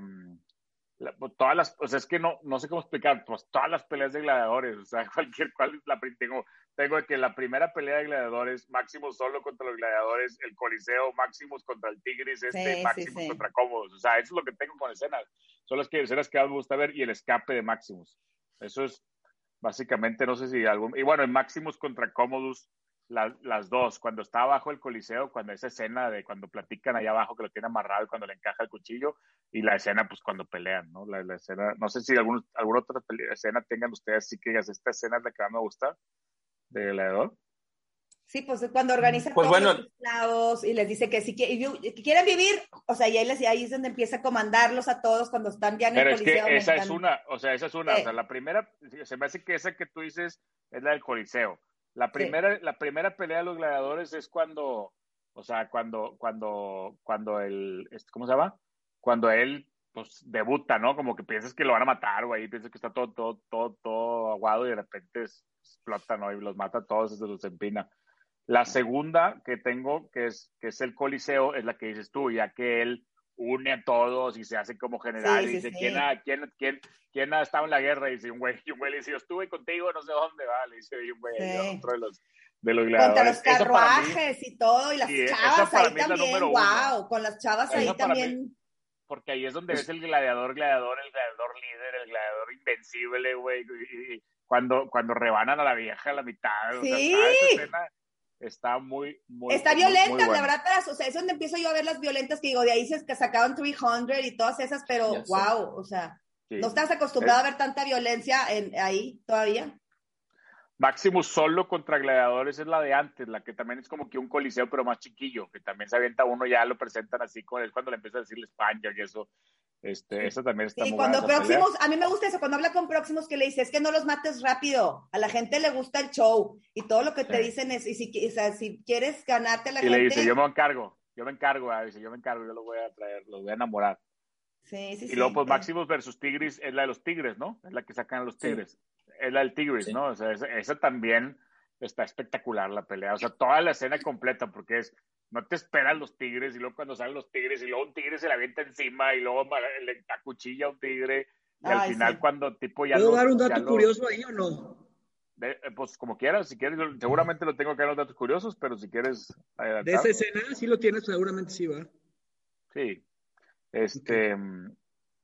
la- pues, todas las, o sea, es que no, no sé cómo explicar, pues todas las peleas de gladiadores, o sea, cualquier cual la pri- tengo, tengo que la primera pelea de gladiadores, Maximus solo contra los gladiadores, el Coliseo, Maximus contra el Tigris, Sí, este, sí, Maximus sí. contra Cómodos, o sea, eso es lo que tengo con escenas, son las que, escenas que más me gusta ver y el escape de Maximus, eso es básicamente, no sé si algo, y bueno, en Maximus contra Cómodos, la- las dos, cuando está abajo el Coliseo, cuando esa escena de cuando platican allá abajo que lo tiene amarrado y cuando le encaja el cuchillo, y la escena pues cuando pelean, ¿no? La, la escena, no sé si algún, alguna otra peli- escena tengan ustedes, así que digas, esta escena es la que más me gusta de Gladiador. Sí, pues cuando organiza Pues todos bueno. los esclavos y les dice que si qui- y yo- que quieren vivir, o sea, y ahí, les- y ahí es donde empieza a comandarlos a todos cuando están ya en Pero el es que coliseo. me esa es encanta. una, o sea, esa es una, Sí. o sea, la primera, se me hace que esa que tú dices es la del Coliseo. La primera, la primera pelea de los gladiadores es cuando, o sea, cuando, cuando, cuando el, este, ¿cómo se llama? Cuando él, pues, debuta, ¿no? Como que piensas que lo van a matar, güey, piensas que está todo, todo, todo, todo aguado y de repente es- explota, ¿no? Y los mata a todos, se los empina. La segunda que tengo, que es, que es el Coliseo, es la que dices tú, ya que él une a todos y se hace como general Sí, y sí, dice, sí. ¿quién, ha, quién, quién, ¿quién ha estado en la guerra? Y dice un güey, y un güey le dice, yo estuve contigo, no sé dónde, va, le dice y un güey, Sí. y otro de los, de los Contra gladiadores. los Esa para mí- carruajes y todo, y las Sí, esa chavas para ahí mí es la también, número uno. wow, con las chavas Esa ahí para mí- también. Porque ahí es donde ves el gladiador, gladiador, el gladiador líder, el gladiador invencible, güey. y- y- y Cuando, cuando rebanan a la vieja a la mitad. o sea, Sí. está, esa escena está muy, muy. Está muy- violenta, muy buena. la verdad, para, o sea, es donde empiezo yo a ver las violentas que digo, de ahí se que sacaron 300 y todas esas, pero Ya sé. wow, o sea, Sí. no estás acostumbrado a ver tanta violencia en, ahí todavía. Maximus solo contra gladiadores es la de antes, la que también es como que un coliseo, pero más chiquillo, que también se avienta uno, ya lo presentan así con él cuando le empieza a decir España y eso. Este, esa también está Y muy cuando buena esa pelea. Próximos, a mí me gusta eso, cuando habla con Próximos que le dice, es que no los mates rápido, a la gente le gusta el show y todo lo que te Sí. dicen es, y si, qui- o sea, si quieres ganarte a la Y gente. le dice, yo me encargo, yo me encargo, ah, dice, yo me encargo, yo lo voy a traer, lo voy a enamorar. Sí, sí, Y sí. luego, pues, Eh, Maximus versus Tigris es la de los Tigres, ¿no? Es la que sacan a los Sí. Tigres. Es la del Tigris, Sí. ¿no? O sea, esa, esa también está espectacular la pelea. O sea, toda la escena completa, porque es, no te esperan los Tigres, y luego cuando salen los Tigres, y luego un Tigre se le avienta encima, y luego ma- le acuchilla a un Tigre, y al Ay, final sí. cuando tipo ya... ¿Puedo lo- dar un ya dato lo- curioso ahí o no? de- eh, pues como quieras, si quieres, yo- seguramente lo tengo que dar los datos curiosos, pero si quieres De adelantar. esa escena, sí lo tienes, seguramente sí va. Sí. Este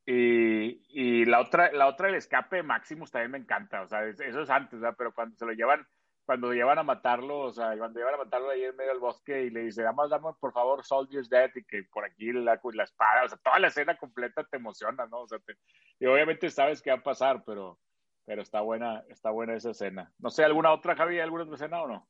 y, y la otra, la otra el escape de Maximus también me encanta. O sea, es- eso es antes, ¿verdad? Pero cuando se lo llevan, cuando lo llevan a matarlo, o sea, cuando llevan a matarlo ahí en medio del bosque y le dice, dame, dame por favor, Soldier's Dead, y que por aquí la, la espada, o sea, toda la escena completa te emociona, ¿no? O sea, te- y obviamente sabes qué va a pasar, pero, pero está buena, está buena esa escena. No sé, ¿alguna otra, Javi? ¿Alguna otra escena o no?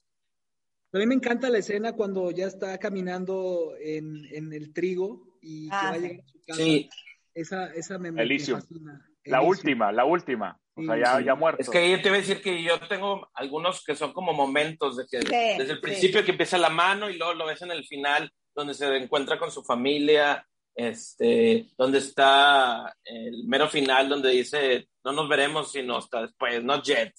A mí me encanta la escena cuando ya está caminando en, en el trigo y que Ah, va a sí. llegar a su casa. Sí, Esa, esa me, me Elysium. fascina. La Elysium. última, la última. O sea, Sí, ya, sí. ya muerto. es que yo te iba a decir que yo tengo algunos que son como momentos de que Sí, desde el sí. principio que empieza la mano y luego lo ves en el final donde se encuentra con su familia, este, donde está el mero final donde dice no nos veremos sino hasta después, no Jet.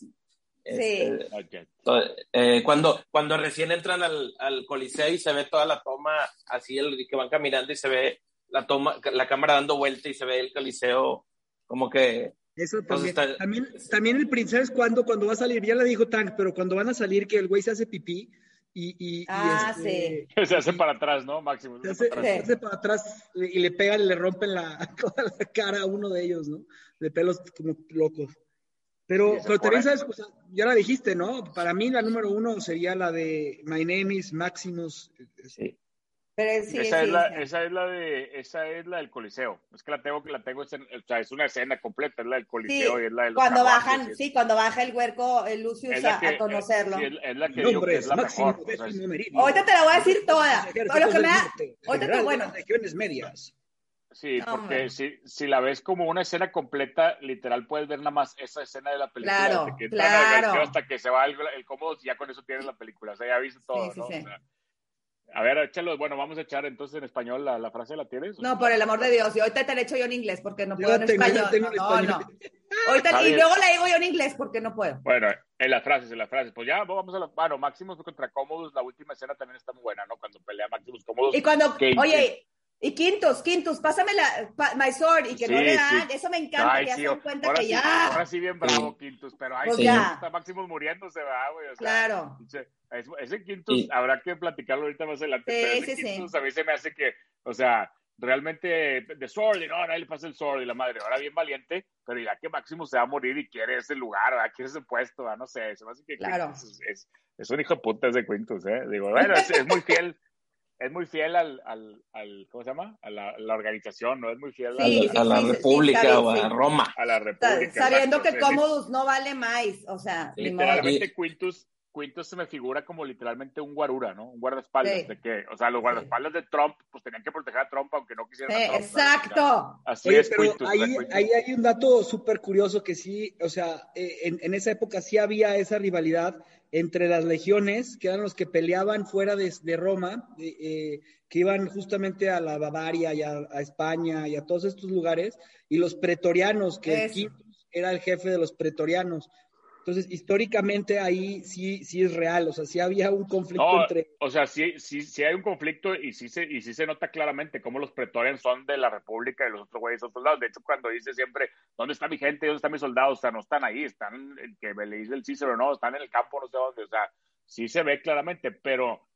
Este, Ok. To- eh, cuando, cuando recién entran al, al Coliseo y se ve toda la toma, así el, que van caminando y se ve la toma, la cámara dando vuelta y se ve el Coliseo como que Eso Entonces también. está- también. También el princesa es cuando, cuando va a salir, ya la dijo Tank, pero cuando van a salir que el güey se hace pipí y, y, y, Ah, este, Se hace y para atrás, ¿no, Máximo? se hace, para se atrás. hace para atrás y le pegan y le rompen la, toda la cara a uno de ellos, ¿no? De pelos como locos. Pero, Sí, se pone- pero también sabes, o sea, ya la dijiste, ¿no? Para mí la número uno sería la de My Name is Maximus. Pero eh, sí, esa, sí, es la, sí. esa es la de, esa es la del Coliseo. Es que la tengo, que la tengo, es en- o sea, es una escena completa, es la del Sí, Coliseo y es la de los cuando carruajes, bajan, y es- sí, cuando baja el huerco el Lucius es a, la que- a conocerlo. sí, es, es la que Mi digo que nombre es es la Maximus mejor. o sea, es- Décimo Meridio. Ahorita te la voy a decir Ejércitos toda, pero lo que del me da- norte, ahorita te- general de bueno. las regiones medias. sí, No, porque hombre. si, si la ves como una escena completa, literal puedes ver nada más esa escena de la película Claro, desde que entran al claro. Coliseo hasta que se va el, el cómodo y ya con eso tienes la película. O sea, ya viste todo, sí, ¿no? O sí. sea, a ver, échalo, bueno, vamos a echar entonces en español la, la frase, ¿la tienes? No, por el amor de Dios, y ahorita te la echo yo en inglés porque no Yo puedo la en tengo, yo la español. tengo en no, no. español. Está Ahorita, y bien. luego la digo yo en inglés porque no puedo. Bueno, en las frases, en las frases. Pues ya vamos a la. Bueno, Maximus contra Cómodos, la última escena también está muy buena, ¿no? Cuando pelea Maximus Cómodos. Y cuando, que- oye, y Quintus, Quintus, pásame la, pa- my sword, y que no Sí, le dan, sí. eso me encanta, Ay, que ya sí, se dan cuenta ahora que sí, ya, ahora sí bien bravo Quintus, pero ahí Pues sí ya. está Maximus muriéndose, va, güey. O sea, claro. pinche- es- ese Quintus Sí. habrá que platicarlo ahorita más adelante, Sí, pero ese sí, sí. Quintus a mí se me hace que, o sea, realmente de sword, y no, ahora le pasa el sword y la madre, ahora bien valiente, pero ya que Maximus se va a morir y quiere ese lugar, ¿verdad? quiere ese puesto, ¿verdad? no sé, se me hace que Claro. Quintus es, es- es un hijo de puta ese Quintus, ¿eh? Digo, bueno, es, es muy fiel. Es muy fiel al, al, al- ¿cómo se llama? A la, la organización, ¿no? Es muy fiel a Sí, la, sí, a la sí, sí, República está bien, o a sí. Roma. a la Sa- República. sabiendo exacto. que O sea, Commodus no vale más, o sea, ni modo. Literalmente Quintus, Quintus se me figura como literalmente un guarura, ¿no? Un guardaespaldas. Sí. De que, o sea, los guardaespaldas de Trump, pues tenían que proteger a Trump aunque no Sí, quisieran a Trump. ¿sabes? O sea, exacto. Así Oye, es pero Quintus. o sea, ahí, Quintus- ahí hay un dato súper curioso que sí, o sea, eh, en, en esa época sí había esa rivalidad entre las legiones, que eran los que peleaban fuera de, de Roma, eh, eh, que iban justamente a la Bavaria y a, a España y a todos estos lugares, y los pretorianos, que Eso. Quintus era el jefe de los pretorianos. Entonces, históricamente ahí sí, sí es real, o sea, sí había un conflicto No, entre... o sea, sí, sí, sí hay un conflicto y sí, se, y sí se nota claramente cómo los pretorianos son de la República y los otros güeyes son soldados. De hecho, cuando dice siempre, ¿dónde está mi gente? ¿Dónde están mis soldados? O sea, no están ahí, están, el que me le dice el Cícero, no, están en el campo, no sé dónde. O sea, sí se ve claramente, pero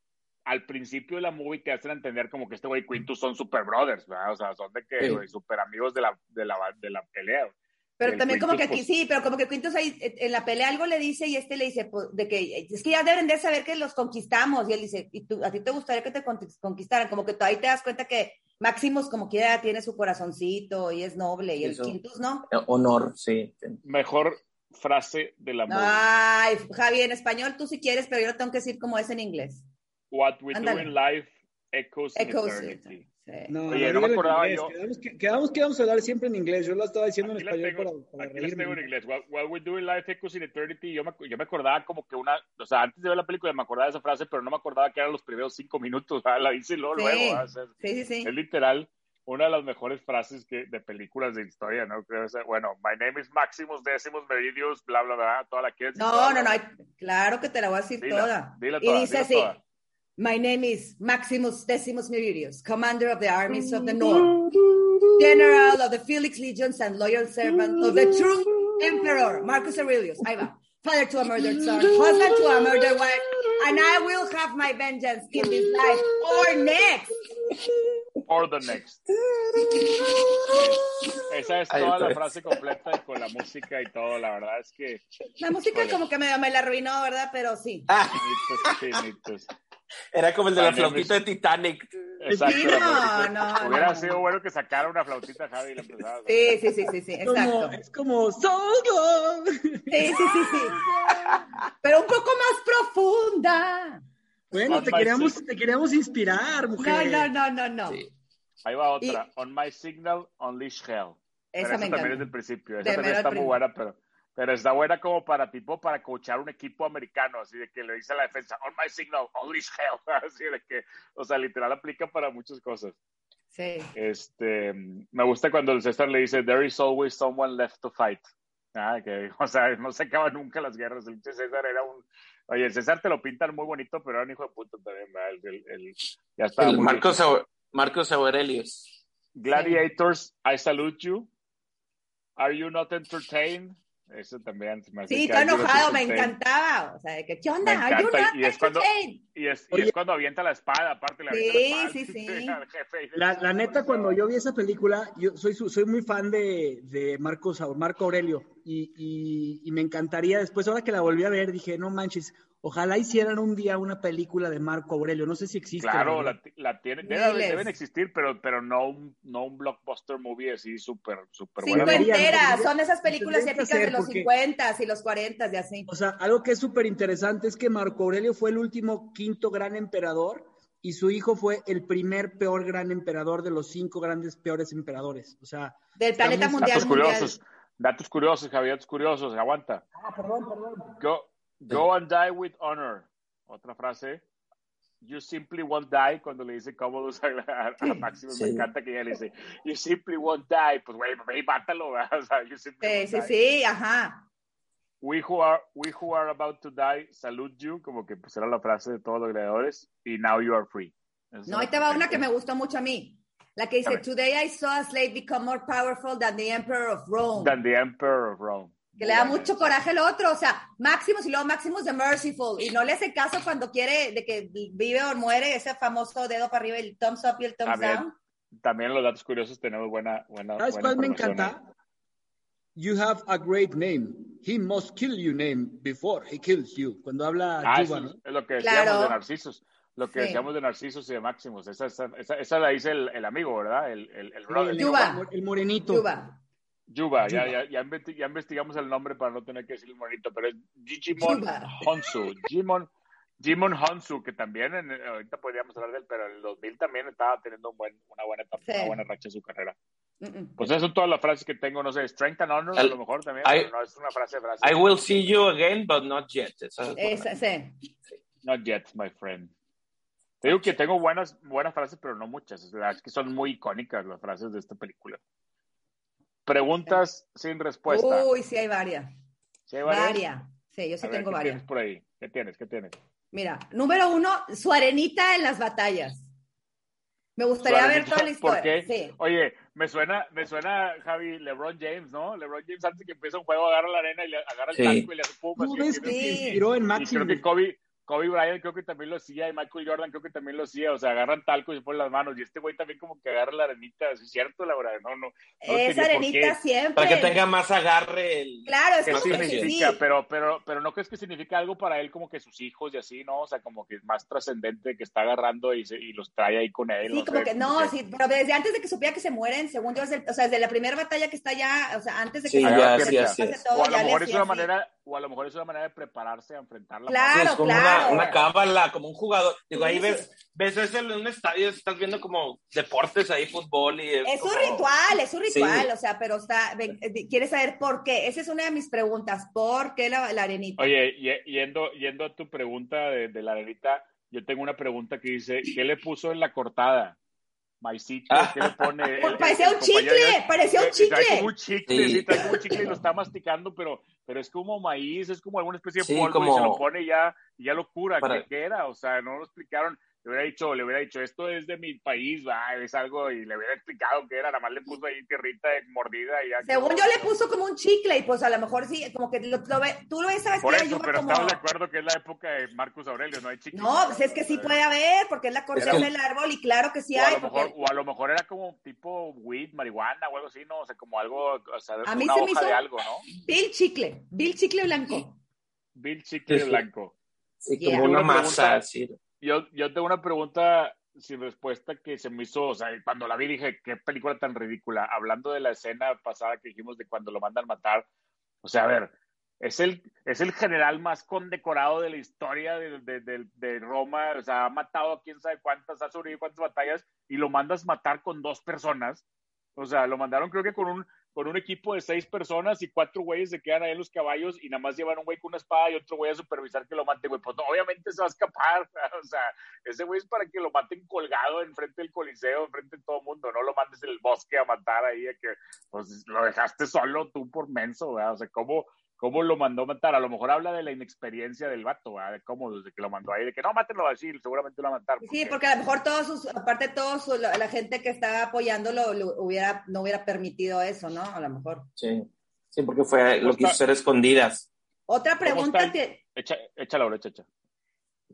al principio de la movie te hacen entender como que este güey y Quintus son super brothers, ¿verdad? O sea, son de que, Sí. güey, super amigos de la, de la, de la pelea. güey. Pero El también como que Quintus, aquí sí, pero como que Quintus ahí eh, en la pelea algo le dice y este le dice pues, de que es que ya deben de saber que los conquistamos y él dice, "Y tú a ti te gustaría que te con- conquistaran", como que tú ahí te das cuenta que Maximus como quiera tiene su corazoncito y es noble y el Eso. Quintus no. Eh, Honor, sí. Mejor frase de la movie. Ay, Javi, en español tú si quieres, pero yo lo tengo que decir como es en inglés. What we ándale. do in life echoes, in Echoes eternity. it. Sí. No, Oye, no dígalo me en acordaba inglés. yo. Quedamos que, quedamos que íbamos a hablar siempre en inglés. Yo lo estaba diciendo Aquí en las español tengo, para, para aquí las tengo en reírme. inglés. What, what we do in life echoes in eternity. Yo me, yo me acordaba como que una, o sea, antes de ver la película me acordaba de esa frase, pero no me acordaba que eran los primeros cinco minutos. ¿verdad? La hice luego, Sí. luego. ¿verdad? O sea, Sí, sí, sí. es literal una de las mejores frases que, de películas de historia, ¿no? Creo esa, bueno, my name is Maximus Decimus Meridius, bla, bla, bla, toda la quieres. y No, toda, no, bla, no, bla. ay, claro que te la voy a decir Dila, toda. dila Y toda, dice dila así, toda. My name is Maximus Decimus Meridius, commander of the armies of the North, Mm-hmm. general of the Felix legions and loyal servant of the true emperor Marcus Aurelius. Ahí va. Father to a murdered son, husband to a murdered wife, and I will have my vengeance in this life or next. Or the next. Esa es Ahí toda está. la frase completa y con la música y todo, la verdad es que... La música como que me, me la arruinó, ¿verdad? Pero sí. Ah, mitos, sí, mitos. era como el de la My name flautita de Titanic. Exacto. Sí, la no, flautita. no, Hubiera no. sido bueno que sacara una flautita, Javi, y la empezara. Sí, sí, sí, sí, sí, exacto. Como, es como, so long. Sí, sí, sí, sí. Pero un poco más profunda. Bueno, On te my queríamos, six- te queríamos inspirar, No, mujer. no, no, no, no. Sí. Ahí va otra. On my signal, unleash hell. Pero Esa esa me también es encanta. del principio. De Esa también mero está al muy prin- buena, pero, pero está buena como para tipo para coachar un equipo americano, así de que le dice a la defensa, on my signal, unleash hell. Así de que, o sea, literal aplica para muchas cosas. Sí. Este, me gusta cuando el César le dice, there is always someone left to fight. Ah, que, o sea, no se acaban nunca las guerras. El pinche César era un... Oye, el César te lo pintan muy bonito, pero era un hijo de puta también, ¿verdad? El, el- el- ya estaba El muy Marcos, Au- Marcos Aurelius. Gladiators, I salute you. Are you not entertained? Eso también se me hace Sí, que está are you not enojado, me entertained. encantaba. O sea, de que, ¿qué Me onda? Are you encanta, not y es cuando- entertained? Y es, y Oye. es cuando avienta la espada, aparte le avienta Sí, la espada. sí, sí. al jefe y- La, la neta, cuando yo vi esa película, yo soy, su- soy muy fan de, de Marcos, Au- Marco Aurelio y, y- y me encantaría después, ahora que la volví a ver, dije, no manches, ojalá hicieran un día una película de Marco Aurelio. No sé si existe. Claro, ¿verdad? la, ti- la tiene, debe- Miles. deben existir, pero, pero no, un, no un blockbuster movie así súper, súper buena. Cincuenta- Cincuenteras, Deberían, son esas películas tendrían que épicas de hacer, los porque- cincuentas y los cuarentas y así. O sea, algo que es súper interesante es que Marco Aurelio fue el último quinto gran emperador y su hijo fue el primer peor gran emperador de los cinco grandes peores emperadores. O sea, Del planeta muy- mundial. Datos mundial. curiosos, datos curiosos, Javier, datos curiosos, aguanta. ah, perdón, perdón. Go, go and die with honor. Otra frase. You simply won't die. Cuando le dice Commodus a, a, a Maximus, me sí. encanta que ella le dice, You simply won't die. Pues, güey, ve y mátalo. ¿verdad? O sea, you simply Sí, won't sí, die. sí, ajá. We, who are, we who are about to die, salute you. Como que pues, era la frase de todos los gladiadores. Y now you are free. Esa No, es ahí te va una que me gustó mucho a mí. La que A dice, ver. Today I saw a slave become more powerful than the emperor of Rome. Than the Emperor of Rome. Que le da Muy buena mucho esa. coraje al otro, o sea, Maximus y luego Maximus de Merciful, y no le hace caso cuando quiere de que vi- vive o muere ese famoso dedo para arriba, el thumbs up y el thumbs También. down. También los datos curiosos tenemos buena. buena ¿Sabes buena cuál me información, encanta? ¿eh? You have a great name. He must kill your name before he kills you. Cuando habla Ah, Yuba, eso ¿no? es, es lo que decíamos Claro. de Narcisos. Lo que Sí. decíamos de Narcisos y de Máximos. Esa, esa, esa, esa la dice el, el amigo, ¿verdad? El, el, el brother. El, Yuba. el- el morenito. Yuba. Yuba. Ya, Yuba. ya, ya, investi- ya investigamos el nombre para no tener que decir el monito, pero es Digimon Yuba. Honsu. Digimon, Digimon Honsu, que también en- ahorita podríamos hablar de él, pero en el 2000 también estaba teniendo un buen, una buena etapa, Sí. una buena racha en su carrera. Mm, mm. Pues esas son todas las frases que tengo, no sé, Strength and Honor, a Al- lo mejor también, I- pero no es una frase de frase. I will see you again, but not yet. Esa es buena. Esa, sí. Not yet, my friend. Te digo que tengo buenas, buenas frases, pero no muchas. O sea, es que son muy icónicas las frases de esta película. Preguntas sin respuesta. Uy, sí, hay varias. ¿Sí hay varias? Varias. Sí, yo sí A ver, tengo ¿qué varias. tienes por ahí? ¿Qué tienes? ¿Qué tienes? Mira, número uno, su arenita en las batallas. Me gustaría ver Claramente, toda la historia. ¿Por qué? Sí. Oye, me suena, me suena, Javi, LeBron James, ¿no? LeBron James antes que empieza un juego agarra la arena y le agarra el Sí. taco y le hace pum, ¿Tú así, ves que tiene- Sí. se inspiró en Y creo Máximo? que Kobe, Kobe Bryant creo que también lo hacía y Michael Jordan creo que también lo hacía, o sea, agarran talco y se ponen las manos y este güey también como que agarra la arenita, ¿sí es cierto, la verdad, no, no. no Esa tenía por qué. arenita siempre. Para que tenga más agarre el. pues, Claro, es ¿Qué como que sí. significa? Pero, pero, pero no crees que significa algo para él como que sus hijos y así, ¿no? O sea, como que es más trascendente que está agarrando y, se- y los trae ahí con él. Sí, no como sé, que no, sí, pero desde antes de que supiera que se mueren, según yo, desde, o sea, desde la primera batalla que está ya, o sea, antes de que Sí, se ya, muera, sí, así hace es. todo, O a lo ya le mejor es hacía una así. manera, o a lo mejor es una manera de prepararse a enfrentar la Claro, Sí, es como claro. una, una cábala, como un jugador. Digo, Sí, ahí sí. ves, ves eso en un estadio, estás viendo como deportes ahí, fútbol y. Es un como- ritual, es un ritual, Sí. o sea, pero está, ve- eh, quieres saber por qué. Esa es una de mis preguntas, ¿por qué la, la arenita? Oye, ye- yendo, yendo a tu pregunta de, de la arenita, yo tengo una pregunta que dice, ¿qué le puso en la cortada? Maicito, ¿qué le pone? El- Pues el- parecía el un chicle, compañero- parecía un Eh, trae chicle. como un chicle, Sí. sí, trae como un chicle y lo está masticando, pero, pero es como maíz, es como alguna especie de Sí, polvo y como- se lo pone y ya, y ya lo cura. Para- ¿Qué, qué era? O sea, no lo explicaron. Le hubiera dicho, le hubiera dicho, esto es de mi país, va, es algo, y le hubiera explicado qué era, nada más le puso ahí tierrita de mordida y ya. Según yo le puso como un chicle y pues a lo mejor sí, como que lo, lo ve- tú lo ves, sabes Por que la eso, yuca pero como... estamos de acuerdo que es la época de Marcus Aurelio, no hay chicle. Eh, No, pues es que sí puede haber, porque es la corteza que- del árbol y claro que sí o a, hay. lo mejor, porque- o a lo mejor era como tipo weed, marihuana o algo así, ¿no? O sea, como algo, o sea, A mí una se me hoja hizo- de algo, ¿no? Bill chicle, Bill chicle blanco. Bill Chicle Sí, sí. Blanco. Sí, Yeah. como una, Una pregunta. masa, sí. Yo, yo tengo una pregunta sin respuesta que se me hizo, o sea, cuando la vi dije, qué película tan ridícula. Hablando de la escena pasada que dijimos de cuando lo mandan matar, o sea, a ver, es el, es el general más condecorado de la historia de, de- de- de Roma, o sea, ha matado a quién sabe cuántas, ha sobrevivido cuántas batallas y lo mandas matar con dos personas. O sea, lo mandaron creo que con un, con un equipo de seis personas y cuatro güeyes se quedan ahí en los caballos y nada más llevan un güey con una espada y otro güey a supervisar que lo mate, güey. Pues no, obviamente se va a escapar. O sea, ese güey es para que lo maten colgado enfrente del coliseo, enfrente de todo el mundo. No lo mandes en el bosque a matar ahí, a que pues, lo dejaste solo tú por menso, ¿verdad? O sea, ¿cómo, ¿cómo lo mandó matar? A lo mejor habla de la inexperiencia del vato, ¿verdad? De cómo desde que lo mandó ahí, de que no, mátenlo así, seguramente lo va a matar. Sí, porque a lo mejor todos sus, aparte todos su- la, la gente que estaba apoyándolo lo hubiera, no hubiera permitido eso, ¿no? A lo mejor. Sí. Sí, porque fue lo que hizo ser escondidas. Otra ¿Cómo pregunta están? que, Echa, échala, ahora, echa, echa.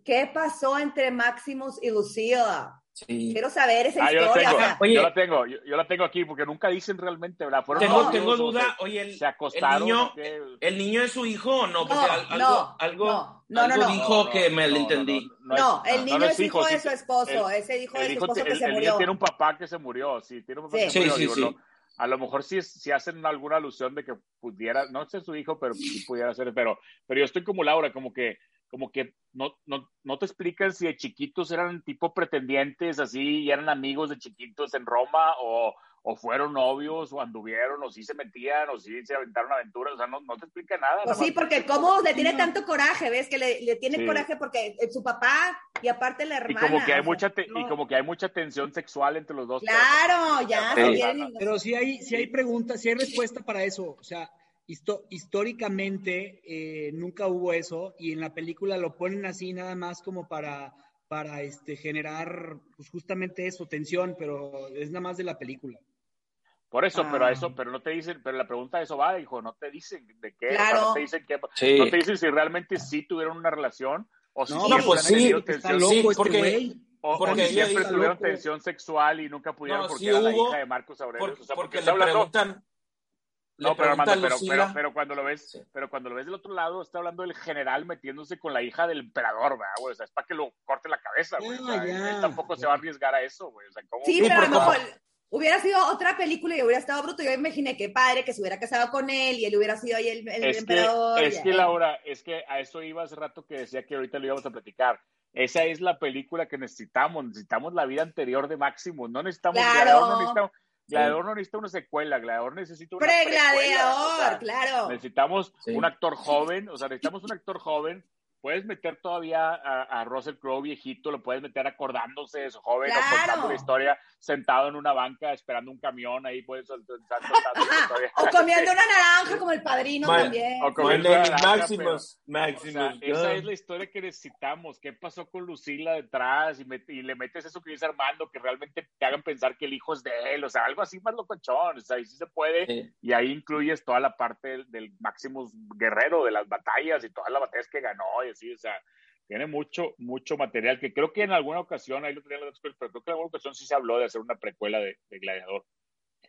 ¿qué pasó entre Maximus y Lucila? Sí. Quiero saber esa Ah, yo la historia. tengo, o sea, Oye. yo la tengo, yo, yo la tengo aquí porque nunca dicen realmente, ¿verdad? Fueron Tengo, No. novios, tengo o duda, sea, oye, el, se el acostaron. niño, ¿o qué? ¿el niño es su hijo o no? No, Porque al- algo, no, algo, no, no, algo no, no. dijo No, que no, me no, lo no, entendí. es- no, el no, niño no es hijo sí, de su esposo, ese hijo El, de su hijo, esposo te- que el- se el murió. niño tiene un papá que se murió, sí, tiene un papá que se Sí. murió. Sí, digo, sí, sí. no, a lo mejor sí, sí hacen alguna alusión de que pudiera, no sé su hijo, pero sí pudiera ser, pero, pero yo estoy como Laura, como que, como que no, no, no te explican si de chiquitos eran tipo pretendientes así y eran amigos de chiquitos en Roma o, o fueron novios o anduvieron o sí se metían o sí se aventaron aventuras, o sea, no, no te explica nada. Pues nada sí, más. porque cómo le tiene tanto coraje, ¿ves? Que le, le tiene Sí. coraje porque eh, su papá y aparte la Y hermana. como que o hay sea, mucha te- y no. como que hay mucha tensión sexual entre los dos. Claro, ya Sí. se quieren. Pero sí hay, sí hay preguntas, sí hay respuesta para eso. O sea, histo- históricamente eh, nunca hubo eso y en la película lo ponen así nada más como para, para este, generar pues, justamente eso, tensión, pero es nada más de la película. Por eso, pero Ah. a eso, pero no te dicen, pero la pregunta de eso va, hijo, no te dicen de qué, o sea, Claro. no te dicen qué, Sí. no te dicen si realmente sí tuvieron una relación o si No, siempre No, pues han sí, tenido Está tensión loco Sí, este porque- güey. o, o porque si ella siempre dice, tuvieron loco. tensión sexual y nunca pudieron No, porque sí era la hubo, hija de Marcos Aurelio. Por- o sea, porque está le hablando- preguntan, le no, pero pregunta Armando, a pero, Lucila. pero, pero cuando lo ves, Sí. pero cuando lo ves del otro lado, está hablando del general metiéndose con la hija del emperador, ¿verdad, güey? O sea, es para que lo corte la cabeza, güey. O sea, Ah, ya. él tampoco se va a arriesgar a eso, güey. O sea, ¿cómo? Sí, Sí, pero a lo pero como- mejor hubiera sido otra película y hubiera estado bruto. Yo imaginé que padre que se hubiera casado con él y él hubiera sido ahí el, el es que, emperador. es ya. que Laura, es que a eso iba hace rato que decía que ahorita lo íbamos a platicar. Esa es la película que necesitamos. Necesitamos la vida anterior de Máximo. No necesitamos. Claro. Gladiador no necesita, Sí. Gladiador no necesita una secuela. Gladiador necesita una. precuela, o sea, Pregladiador, claro. Necesitamos Sí. un actor joven, o sea, necesitamos un actor joven. Puedes meter todavía a, a Russell Crowe viejito, lo puedes meter acordándose de su joven Claro. o contando la historia sentado en una banca esperando un camión, ahí puedes estar contando la Ajá. historia. O comiendo una naranja como el padrino Ma- también. o My comiendo name is naranja, Maximus. O sea, Maximus. esa Gunn. es la historia que necesitamos. ¿Qué pasó con Lucila detrás? Y, met- y le metes eso que dice Armando, que realmente te hagan pensar que el hijo es de él, o sea, algo así más locochón. O sea, y sí se puede. Sí. Y ahí incluyes toda la parte del, del Maximus Guerrero, de las batallas y todas las batallas que ganó, y así, o sea, Tiene mucho, mucho material que creo que en alguna ocasión, ahí lo tenía en los datos, pero creo que en alguna ocasión sí se habló de hacer una precuela de, de Gladiador.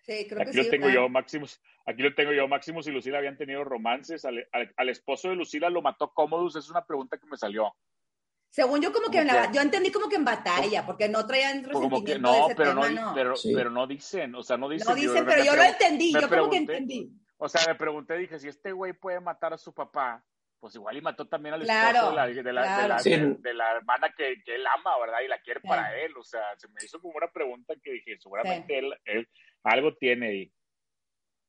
Sí, creo Aquí que lo sí. tengo Juan. yo, Maximus. Aquí lo tengo yo. Maximus y Lucila habían tenido romances. Al, al- al esposo de Lucila lo mató Commodus. Es una pregunta que me salió. Según yo, como que, Como en la- que- yo entendí como que en batalla, porque no traían resentimiento Como que de no, ese pero tema, no, di- no. pero, Sí. pero no dicen. O sea, no dicen. no Digo, dicen, me pero yo lo pregun- entendí, me yo como pregunté- que entendí. O sea, me pregunté, dije, si este güey puede matar a su papá, pues igual y mató también al Claro, esposo de la, de la, claro. de la- Sí. de- de la hermana que, que él ama, ¿verdad? Y la quiere Sí. para él. O sea, se me hizo como una pregunta que dije, seguramente él, él algo tiene ahí.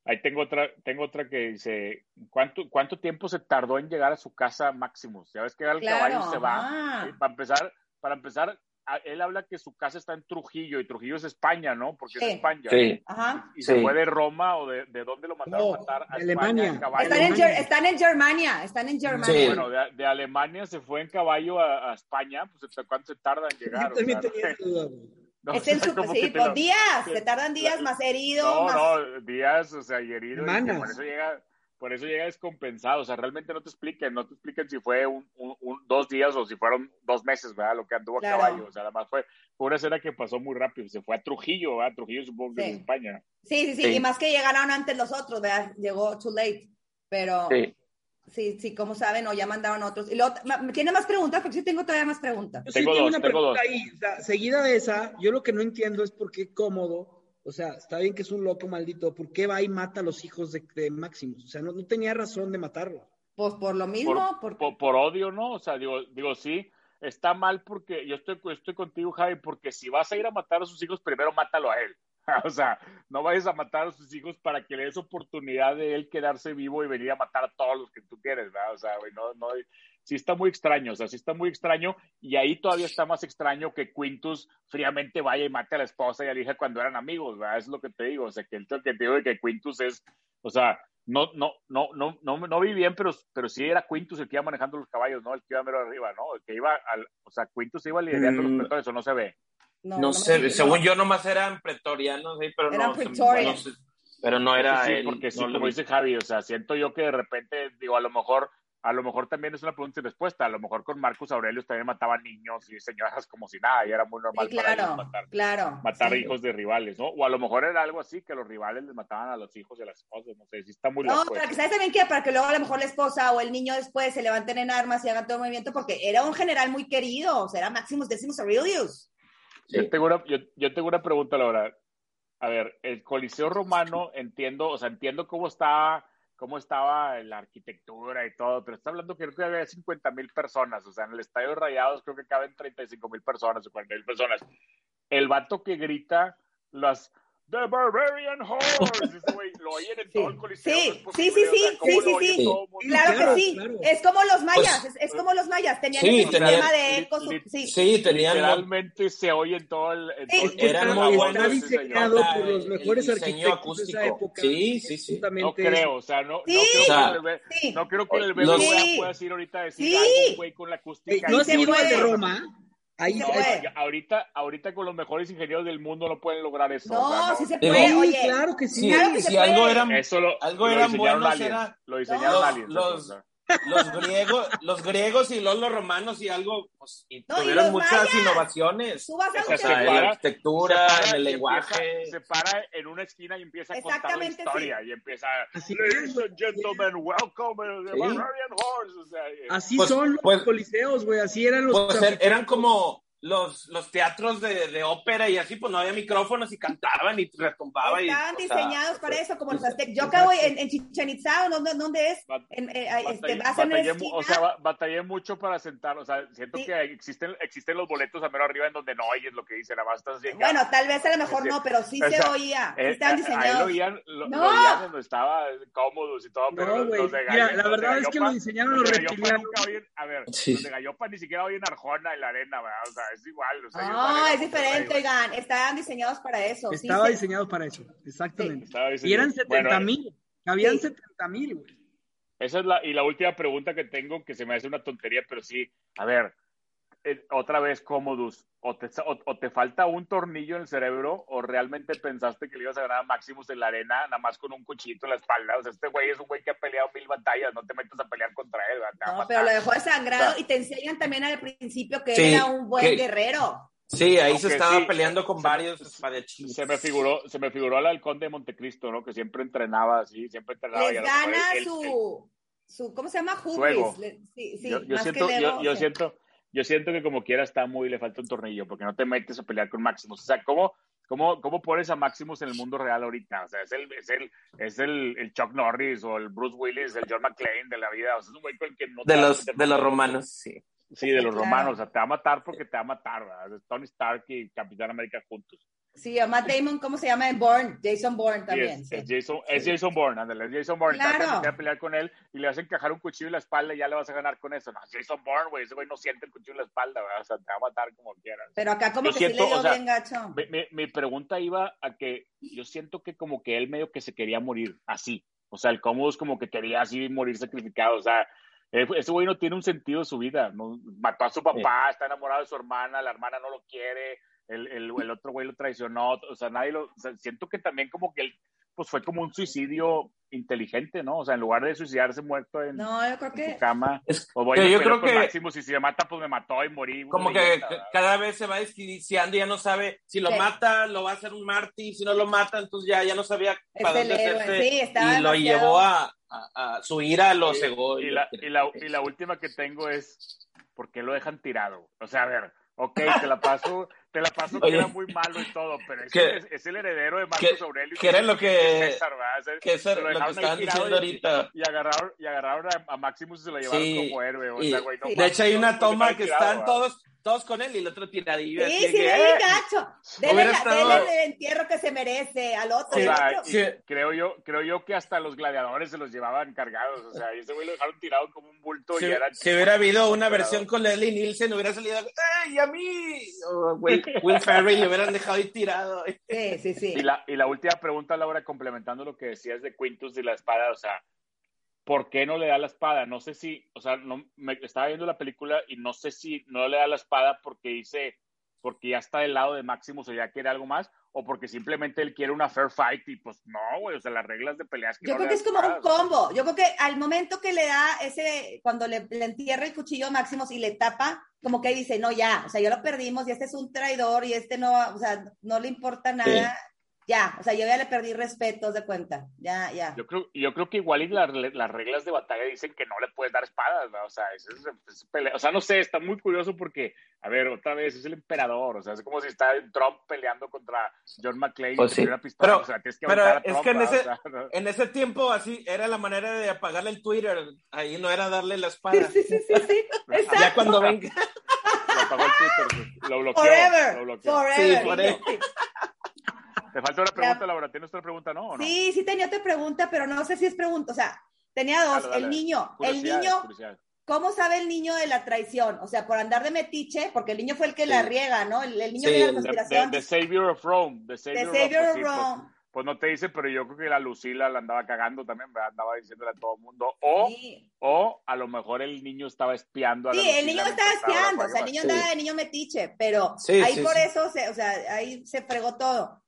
Ahí tengo otra, tengo otra que dice, ¿cuánto, ¿cuánto tiempo se tardó en llegar a su casa Maximus? Ya ves que al Claro. caballo y se va. ajá. Eh, Para empezar, para empezar, a- él habla que su casa está en Trujillo, y Trujillo es España, ¿no? Porque Sí. es España. Sí. Ajá. Y Sí. se fue de Roma o de, de dónde lo mandaron No, a matar a de España Alemania. en caballo. Están en, Ger- están en Germania, están en Germania. Sí. Bueno, de, de Alemania se fue en caballo a, a España, pues ¿hasta ¿cuánto se tarda en llegar? Yo O también sea, tenía esa duda, güey. no Es en sé su- cómo sí, que te pues lo- días, que- se tardan días, más herido, No, más... no, días, o sea, y herido, y que por Semanas. eso llega, por eso llega descompensado, o sea, realmente no te expliquen, no te expliquen si fue un, un- un- dos días o si fueron dos meses, ¿verdad? Lo que anduvo Claro. a caballo, o sea, además fue, fue una escena que pasó muy rápido, se fue a Trujillo, ¿verdad? Trujillo supongo que Sí. es España. Sí, sí, sí, Sí. y más que llegaron antes los otros, ¿verdad? Llegó too late, pero sí, Sí. sí, como saben, o ya mandaron otros. Y luego, ma- ¿tiene más preguntas? Porque sí tengo todavía más preguntas. Yo Tengo dos, una tengo pregunta dos. ahí. O sea, seguida de esa, yo lo que no entiendo es por qué cómodo, o sea, está bien que es un loco maldito, ¿por qué va y mata a los hijos de, de Maximus? O sea, no, no tenía razón de matarlo. Pues por lo mismo, porque... por, por odio, ¿no? O sea, digo, digo, sí, está mal porque yo estoy, yo estoy contigo, Javi, porque si vas a ir a matar a sus hijos, primero mátalo a él. O sea, no vayas a matar a sus hijos para que le des oportunidad de él quedarse vivo y venir a matar a todos los que tú quieres, ¿verdad? O sea, güey, no, no, sí está muy extraño, o sea, sí está muy extraño y ahí todavía está más extraño que Quintus fríamente vaya y mate a la esposa y a la hija cuando eran amigos, ¿verdad? Es lo que te digo, o sea, que el que te digo de que Quintus es, o sea, no, no, no, no, no, no vi bien, pero, pero sí era Quintus el que iba manejando los caballos, ¿no? El que iba mero arriba, ¿no? El que iba al, o sea, Quintus iba liderando Mm. los petrones, o no se ve. No, No, no me sé, fijé, según no. yo nomás eran pretorianos, sí, pero Eran no, se- pretorian. no sé, pero no era sí, él, porque sí, no lo como vi. dice Javi, o sea, siento yo que de repente, digo, a lo mejor, a lo mejor también es una pregunta y respuesta, a lo mejor con Marcus Aurelius también mataban niños y señoras como si nada, y era muy normal Sí, para ellos claro, matar. claro. matar sí. hijos de rivales, ¿no? O a lo mejor era algo así, que los rivales les mataban a los hijos y a las esposas, no sé, si está muy No, loco. para que eso. sabes también que para que luego a lo mejor la esposa o el niño después se levanten en armas y hagan todo movimiento, porque era un general muy querido, o sea, era Maximus Decimus Aurelius. Yo, tengo una, yo, yo tengo una pregunta, Laura. A ver, el Coliseo Romano, entiendo, o sea, entiendo cómo estaba, cómo estaba la arquitectura y todo, pero está hablando que creo que había 50 mil personas, o sea, en el Estadio de Rayados creo que caben 35 mil personas o 40 mil personas. El vato que grita las... The Barbarian Horse. Ese güey, lo oyen en todo el Coliseo. Sí, no es sí, posible, sí, o sea, sí, ¿cómo sí, lo sí, oye sí. todo el mundo? Claro Claro, que sí, claro. es como los mayas, es, Pues- es como los mayas, tenían Sí, ese tenían- sistema de él con su... li- Sí, Sí, tenían mo- Literalmente se oye en todo el. En Sí, todo el eran Coliseo muy la voz buenos. de Está ese señor. diseñado por los El- el mejores diseño arquitectos de esa acústico. época. Sí, sí, sí. No Absolutamente creo, o sea, no, Sí. no O creo sea, que el bebé, sí. no creo que el bebé Los- pueda, Sí. pueda decir ahorita decir Sí. algo, güey, con la Güey, acústica. ¿No y has se ido todo. al de puede. Roma? Ahí, Sí No, se ahí- puede. ya, ahorita, ahorita con los mejores ingenieros del mundo no pueden lograr eso. o sea, No, pues, no. sí se Digo- puede, Sí, oye. claro que sí. Si, Claro que si se algo puede. eran, Eso lo, algo lo eran diseñaron buenos, aliens. era- Lo diseñaron No. aliens. eso, Los- o sea. los griegos, los griegos y los, los romanos y algo, pues, y No, y tuvieron los muchas mayas. innovaciones. Tú vas a O un sea, se O sea, templo- en la para, arquitectura, se para en el y empieza- lenguaje. se para en una esquina y empieza a contar la Exactamente, historia y empieza, Así ladies es, and gentlemen, welcome to the Sí. Barbarian Horse. O sea, eh, Así Pues- son los pues- coliseos, güey. Así eran los. Pues er- eran como los, los teatros de, de ópera y así, pues no había micrófonos y cantaban y retumbaban. y, Estaban o sea, pues, diseñados para o sea, eso, como los aztecas. Yo acabo en, en Chichen Itza, ¿dónde, dónde es? Bat- En, eh, ahí, este, batallé- hacen una batallé mu- o sea, esquina. ba- batallé mucho para sentar, o sea, siento Sí. que existen, existen los boletos a mero arriba en donde no oyes lo que dicen, nada más estás llegando. Bueno, tal vez a lo mejor Sí. no, pero sí O se sea, oía. Eh, Sí estaban a- a él lo diseñados. oían, lo, ¡No! lo oían cuando estaba eh, cómodos y todo, pero No, los, güey. los de Mira, Gallo- la los de verdad es que lo Gallopa- diseñaron los los de Gallopa reptilianos. nunca oyen, a ver, Sí. los de Gallopa ni siquiera oyen Arjona en la arena, ¿verdad? o sea, es igual, o sea, ellos van a No, ir a Ah, es diferente, Monterrey, oigan. Estaban diseñados para eso. sí Estaba se- diseñado para eso, exactamente. estaba Y eran diseñado. Bueno, 70 mil. Habían Sí. 70 mil, güey. Esa es la, y la última pregunta que tengo, que se me hace una tontería, pero sí, a ver, eh, otra vez Commodus, o te, o, o te falta un tornillo en el cerebro, o realmente pensaste que le ibas a ganar a Maximus en la arena, nada más con un cuchillito en la espalda. O sea, este güey es un güey que ha peleado mil batallas, no te metas a pelear contra él. te va a No, matar. pero lo dejó desangrado O sea, y te enseñan también al principio que Sí, era un buen que- guerrero. Sí, ahí Aunque se estaba sí, peleando con se- varios se- espadachines. Se me figuró, se me figuró al halcón de Montecristo, ¿no? Que siempre entrenaba así, siempre entrenaba. y Les a lo mejor gana él- él- él- su, su, ¿cómo se llama? ego. Hubris. Le- Sí, sí, yo, yo más siento, que el yo, ego, yo sí. siento, yo siento que como quiera está muy, le falta un tornillo, porque no te metes a pelear con Maximus. O sea, ¿cómo, cómo, cómo pones a Maximus en el mundo real ahorita? O sea, es el, es el, es el, el Chuck Norris o el Bruce Willis, el John McClane de la vida. O sea, es un güey con el que no te De vas a los, meter de los con- romanos, sí. Sí, de los Claro. romanos. O sea, te va a matar porque te va a matar, ¿verdad? Tony Stark y Capitán América juntos. Sí, a Matt Damon, ¿cómo se llama? En Bourne, Jason Bourne Sí, también. es, sí. es Jason, es Jason Bourne, ándale, es Jason Bourne. Claro. Claro. a pelear con él y le vas a encajar un cuchillo en la espalda y ya le vas a ganar con eso. No, Jason Bourne, güey, ese güey no siente el cuchillo en la espalda, ¿verdad? O sea, te va a matar como quieras. Pero acá como Yo que sí siento, le dio o sea, bien gacho. Mi, mi- mi pregunta iba a que yo siento que como que él medio que se quería morir así. O sea, el Commodus como que quería así morir sacrificado. O sea, eh, ese güey no tiene un sentido su vida. No, mató a su papá, está enamorado de su hermana, la hermana no lo quiere, el, el- el otro güey lo traicionó. O sea, nadie lo... o sea, siento que también como que él, pues fue como un suicidio inteligente, ¿no? O sea, en lugar de suicidarse muerto en, No, yo creo en que... su cama. Es- O voy que a yo pelear creo con que Maximus y si me mata, pues me mató y morí. como que Leyenda, ¿verdad? cada vez se va desquiciando, ya no sabe si lo Sí. mata, lo va a hacer un mártir, si no lo mata, entonces ya, ya no sabía Es para el dónde héroe, hacerse. sí, estaba y lo demasiado- llevó a, a, a su ira, lo Y- cegó. Eh, Y yo la, creo. y la- y la última que tengo es, ¿por qué lo dejan tirado? O sea, a ver, ok, te la paso, te la paso que Oye. era muy malo y todo, pero es, Que- es- es el heredero de Marcos que- Aurelio. y que era lo que- de César, ¿verdad? O sea, que eso se es lo lo que dejaron ahí estaban tirado diciendo y- ahorita. Y agarraron, y agarraron a, a Maximus y se lo llevaron Sí, como héroe. O y- sea, güey, no sí. de hecho, hay mames, una no, lo dejaron toma que tirado, están ¿verdad? todos todos con él y el otro tiradillo. Sí, así sí, que, le ¡eh! dio gacho. Dele, Hubiera la- estado- dele el entierro que se merece al otro. O Sí, al sea, otro. y sí. creo yo, creo yo que hasta los gladiadores se los llevaban cargados. O sea, y ese güey lo dejaron tirado como un bulto Si, y era si hubiera habido una versión con Leslie Nielsen, hubiera salido, ¡ay, a mí! O Will, Will Ferrell le hubieran dejado ahí tirado. Sí, sí, sí. Y la, y la última pregunta, Laura, complementando lo que decías de Quintus y la espada, o sea, ¿por qué no le da la espada? No sé si, o sea, no, me estaba viendo la película y no sé si no le da la espada porque dice, porque ya está del lado de Maximus o ya quiere algo más, o porque simplemente él quiere una fair fight y pues no, güey, o sea, las reglas de peleas que Yo no le creo que dan es como un espadas, o sea. combo. Yo creo que al momento que le da ese, cuando le, le entierra el cuchillo a Máximos y le tapa, como que ahí dice, no, ya, o sea, ya lo perdimos y este es un traidor y este no, va- o sea, no le importa nada. Ya, o sea, yo ya le perdí respeto, haz de cuenta. Ya, ya. Yo creo, yo creo que igual y la- las reglas de batalla dicen que no le puedes dar espadas, ¿no? O sea, es- es- es pelea- o sea, no sé, está muy curioso porque, a ver, otra vez es el emperador, o sea, es como si está Trump peleando contra John McClane Pues y sí. te hubiera pistola, Pero- o sea, tienes que pero aventar a es Trump, que en ¿verdad? ese- O sea, ¿no? En ese tiempo, así era la manera de apagarle el Twitter. Ahí no era darle la espada. Sí, sí, sí, sí. Ya Exacto. cuando venga. Lo apagó el Twitter, lo bloqueó, lo Forever. bloqueó. Forever. Sí, forever. Te falta una pregunta, Laura, ¿tienes otra pregunta, no? ¿O no? Sí, sí tenía otra pregunta, pero no sé si es pregunta, o sea, tenía dos. Dale, dale. El niño, el Curiosidades, niño, curiosidades. ¿Cómo sabe el niño de la traición? O sea, por andar de metiche, porque el niño fue el que Sí. la riega, ¿no? El, el niño Sí, de la el de- The, conspiración. the- the De, Savior of Rome, The Savior, Savior of of Rome. pues sí, pues, Rome. pues no te dice, pero yo creo que la Lucila la andaba cagando también, ¿verdad? andaba diciéndole a todo el mundo. O, Sí, o a lo mejor el niño estaba espiando a la Sí, el Lucila niño mientras estaba espiando, hablando o sea, el con niño Sí. andaba de niño metiche, pero Sí, ahí sí, por sí. eso, se, o sea, ahí se fregó todo.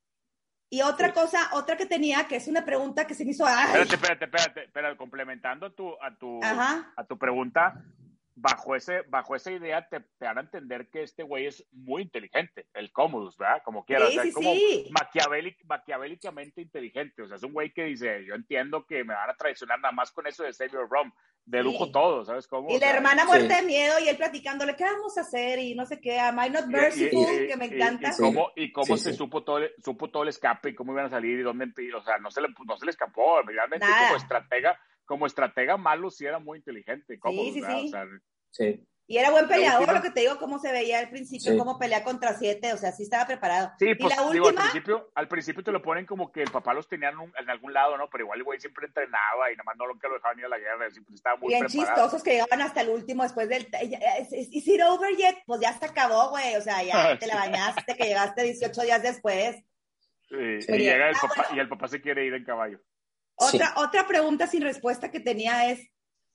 Y otra cosa, otra que tenía, que es una pregunta que se me hizo, ay, Espérate, espérate, espérate, espérate, complementando a tu, a tu, Ajá. a tu pregunta, bajo ese, bajo esa idea te, te van a entender que este güey es muy inteligente, el Commodus, ¿verdad? Como quiera, o Sí, sea, sí, es como sí. maquiavélic- maquiavélicamente inteligente, o sea, es un güey que dice, yo entiendo que me van a traicionar nada más con eso de Savior Rom, de Sí. lujo todo, ¿sabes cómo? y O la sea, hermana muerta Sí. de miedo y él platicándole, ¿qué vamos a hacer? Y no sé qué, am I not y- y- merciful? y- que me y- encanta. Y, cómo, y cómo Sí, se sí. supo todo, el- supo todo el escape y cómo iban a salir y dónde, empe- o sea, no se le, pues, no se le escapó, realmente Nada. como estratega, como estratega malo sí era muy inteligente, cómo, sí, ¿verdad? sí. O sea, Sí. Y era buen La peleador, última. lo que te digo, cómo se veía al principio, Sí. cómo pelea contra siete, o sea, sí estaba preparado. Sí, y pues la digo, al última, principio, al principio te lo ponen como que el papá los tenía en, un- en algún lado, ¿no? Pero igual el güey siempre entrenaba y nada más no lo que lo dejaban ir a la guerra, siempre estaba muy bien preparado. chistosos que llegaban hasta el último después del. ¿Is eh, is it over yet? Pues ya se acabó, güey, o sea, ya Ah, te la bañaste, que llegaste 18 días después. Sí, Sí. Y llega el Ah, papá, bueno. y el papá se quiere ir en caballo. Otra, otra pregunta sin respuesta que tenía es: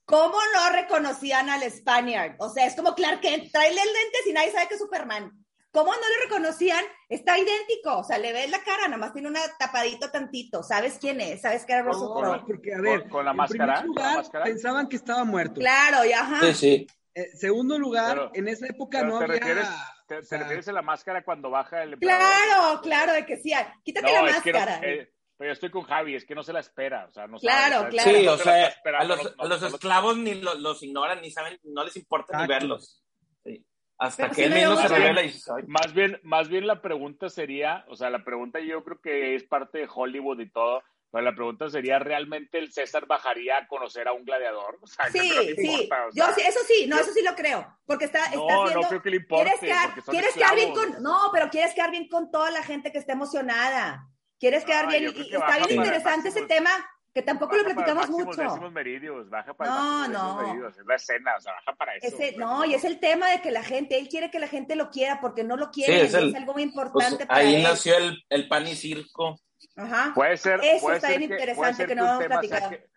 ¿Cómo no reconocían al Spaniard? O sea, es como Clark Kent, trae el lente y nadie sabe que es Superman. ¿Cómo no le reconocían? Está idéntico, o sea, le ves la cara, nada más tiene una tapadito tantito, sabes quién es, sabes que era Russell ¿Cómo? Crowe. Porque, a ver, ¿Con- con la en máscara? primer ¿Con la lugar, máscara? pensaban que estaba muerto. Claro, y ajá. Sí, sí. Eh, segundo lugar, Pero- en esa época Pero no te había. refieres, te, o te sea, refieres a la máscara cuando baja el emperador? Claro, claro, de que sí. ah, Quítate la es que no- máscara. eh, pero yo estoy con Javi, es que no se la espera, o sea, no Claro, sabe, o sea, claro. no Sí, o se la está sea, a esperando, los, no- a los no- esclavos ni lo- los ignoran, ni saben, no les importa ni Exacto. verlos. Sí. Hasta Pero que sí él me mismo dio se gusto. revela y dice, "Ay, Más bien, más bien la pregunta sería, o sea, la pregunta yo creo que es parte de Hollywood y todo, pero la pregunta sería, ¿realmente el César bajaría a conocer a un gladiador? O sea, yo Sí, creo que sí. importa, o yo sea, sí, eso sí, no, eso sí lo creo. Porque está, está No, no haciendo. creo que le importe, quieres quedar, porque son quieres quedar bien esclavos. con. No, pero quieres quedar bien con toda la gente que está emocionada. Quieres quedar Ah, bien. yo y- creo y que está baja bien para interesante ese Maximus. tema, que tampoco baja lo para platicamos máximos mucho. décimos meridios, baja para No, máximos décimos no. meridios, es la escena, o sea, baja para eso. Ese, o sea, no, y es el tema de que la gente, él quiere que la gente lo quiera porque no lo quiere. Sí, es el- es algo muy pues, importante para ahí él. nació el, el pan y circo. Ajá. Puede ser, Eso puede está ser bien que, puede interesante ser que que, no un habíamos tema sea platicado. que,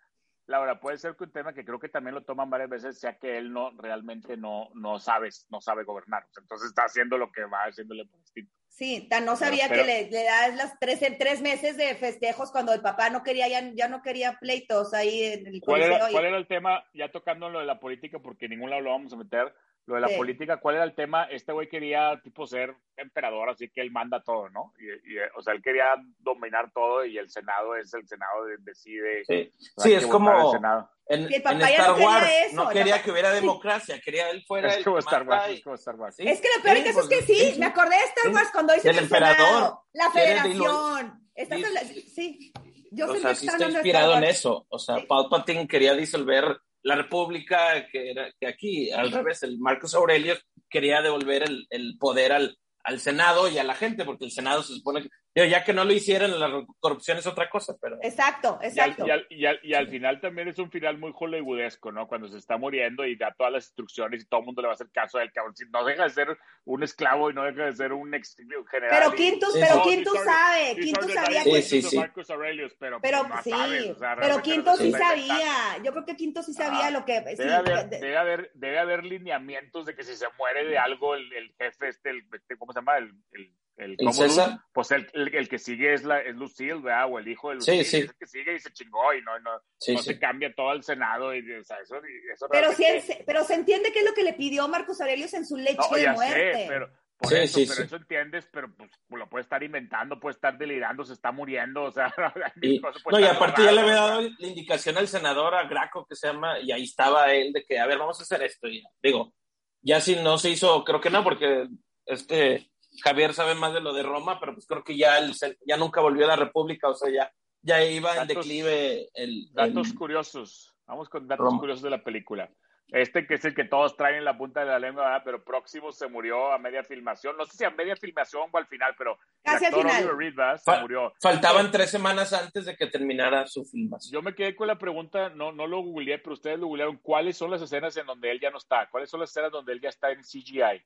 Laura, puede ser que un tema que creo que también lo toman varias veces sea que él no realmente no no sabes, no sabe gobernar, O sea, entonces está haciendo lo que va haciéndole por instinto. Sí, tan no sabía Pero- que le, le das las tres, en tres meses de festejos cuando el papá no quería, ya, ya no quería pleitos ahí en el ¿Cuál era, coliseo y- cuál era el tema? Ya tocando lo de la política, porque en ningún lado lo vamos a meter. Lo de la Sí. política, ¿cuál era el tema? Este güey quería, tipo, ser emperador, así que él manda todo, ¿no? Y, y, eh, o sea, él quería dominar todo y el Senado es el Senado, de- decide. Sí, o sea, sí hay es que votar el como Senado. en, Y el papá en ya no Star quería Wars. eso, no el quería papá- que hubiera democracia, quería él fuera Es el como que Star manda Wars, y- es como Star Wars. sí, Es que lo peor sí, que eso pues, es que sí, me acordé de Star Sí. Wars cuando dice Del emperador. la Y eres de Ilu- federación. Estás Sí, habla- sí. sí, yo o sé sea, que está sí está hablando de inspirado Star en Wars. eso. O sea, Sí. Palpatine quería disolver la república, que era que aquí, al revés, el Marcos Aurelio quería devolver el, el poder al, al Senado y a la gente, porque el Senado se supone que. digo, ya que no lo hicieran, la corrupción es otra cosa, pero. Exacto, Y al, exacto. y, al, y al- y al final también es un final muy hollywoodesco, ¿no? Cuando se está muriendo y da todas las instrucciones y todo el mundo le va a hacer caso del cabrón. Si no deja de ser un esclavo y no deja de ser un ex general. Pero y- Quintus, Sí, pero sí. Quintus sabe, These are Quintus the sabía nine que... Sí, sí, words of sí. Marcus Aurelius, pero, Pero pues, no sí, sabes, o sea, pero realmente no Quinto se sí está inventando. sabía. Yo creo que Quinto sí sabía Ah, lo que. Sí, Debe haber, de- debe, haber, debe haber lineamientos de que si se muere de algo el, el jefe, este, el, este, ¿cómo se llama? El, el, el ¿El Commodus, César? pues el, el, el que sigue es, la, es Lucille, ¿verdad? O el hijo de Sí, Lucille, sí. es el que sigue y se chingó y no, no, Sí, no sí. se cambia todo el Senado. Y, o sea, eso, eso pero, sí, realmente- en- pero se entiende que es lo que le pidió Marcus Aurelius en su leche no, de ya muerte. sé, pero por Sí, eso, sí, pero sí. eso entiendes, pero pues lo puede estar inventando, puede estar delirando, se está muriendo, o sea, hay mil Y, cosas, puede no, y estar aparte ya le drogado, había o sea. dado la indicación al senador, a Graco, que se llama, y ahí estaba él de que, a ver, vamos a hacer esto. Y, digo, ya si no se hizo, creo que no, porque este Javier sabe más de lo de Roma, pero pues creo que ya, el, sen- ya nunca volvió a la República, o sea, ya, ya iba en Datos- declive el... Datos el- curiosos. Vamos con datos Roma. curiosos de la película. Este que es el que todos traen en la punta de la lengua, ¿verdad? pero Próximo se murió a media filmación. No sé si a media filmación o al final, pero Casi el al actor final. Oliver Reed ¿verdad? se Fa- murió. eh, faltaban tres semanas antes de que terminara su filmación. Yo me quedé con la pregunta, no, no lo googleé, pero ustedes lo googlearon. ¿Cuáles son las escenas en donde él ya no está? ¿Cuáles son las escenas donde él ya está en CGI?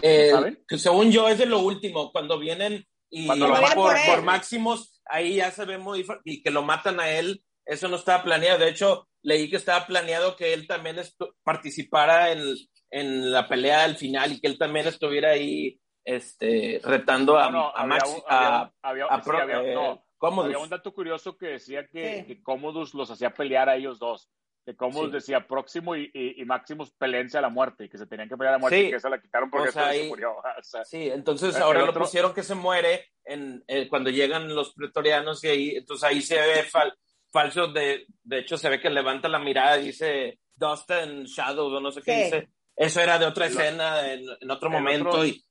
Eh, saben? que según yo es de lo último, cuando vienen y Cuando lo van matan. por, Por él. por Máximos, ahí ya se ve muy fa- y que lo matan a él, eso no estaba planeado. De hecho, leí que estaba planeado que él también estu- participara en, en la pelea del final y que él también estuviera ahí este, retando a, No, no, a había Maxi- un- había a, un- había- a sí, Pro- había- eh, no, Commodus. Había un dato curioso que decía que, Sí. que Commodus los hacía pelear a ellos dos. Que Commodus Sí. decía Próximo y, y, y Maximus peleense a la muerte, y que se tenían que pelear a la muerte Sí. y que esa la quitaron porque O sea, después se ahí- murió. O sea, Sí, entonces Pero ahora el lo otro- pusieron que se muere en, eh, cuando llegan los pretorianos y ahí, entonces ahí se ve fal- falso, de, de hecho se ve que levanta la mirada y dice Dust and Shadow o no sé qué Sí. dice. Eso era de otra El- escena, en, en otro el momento. otro- y,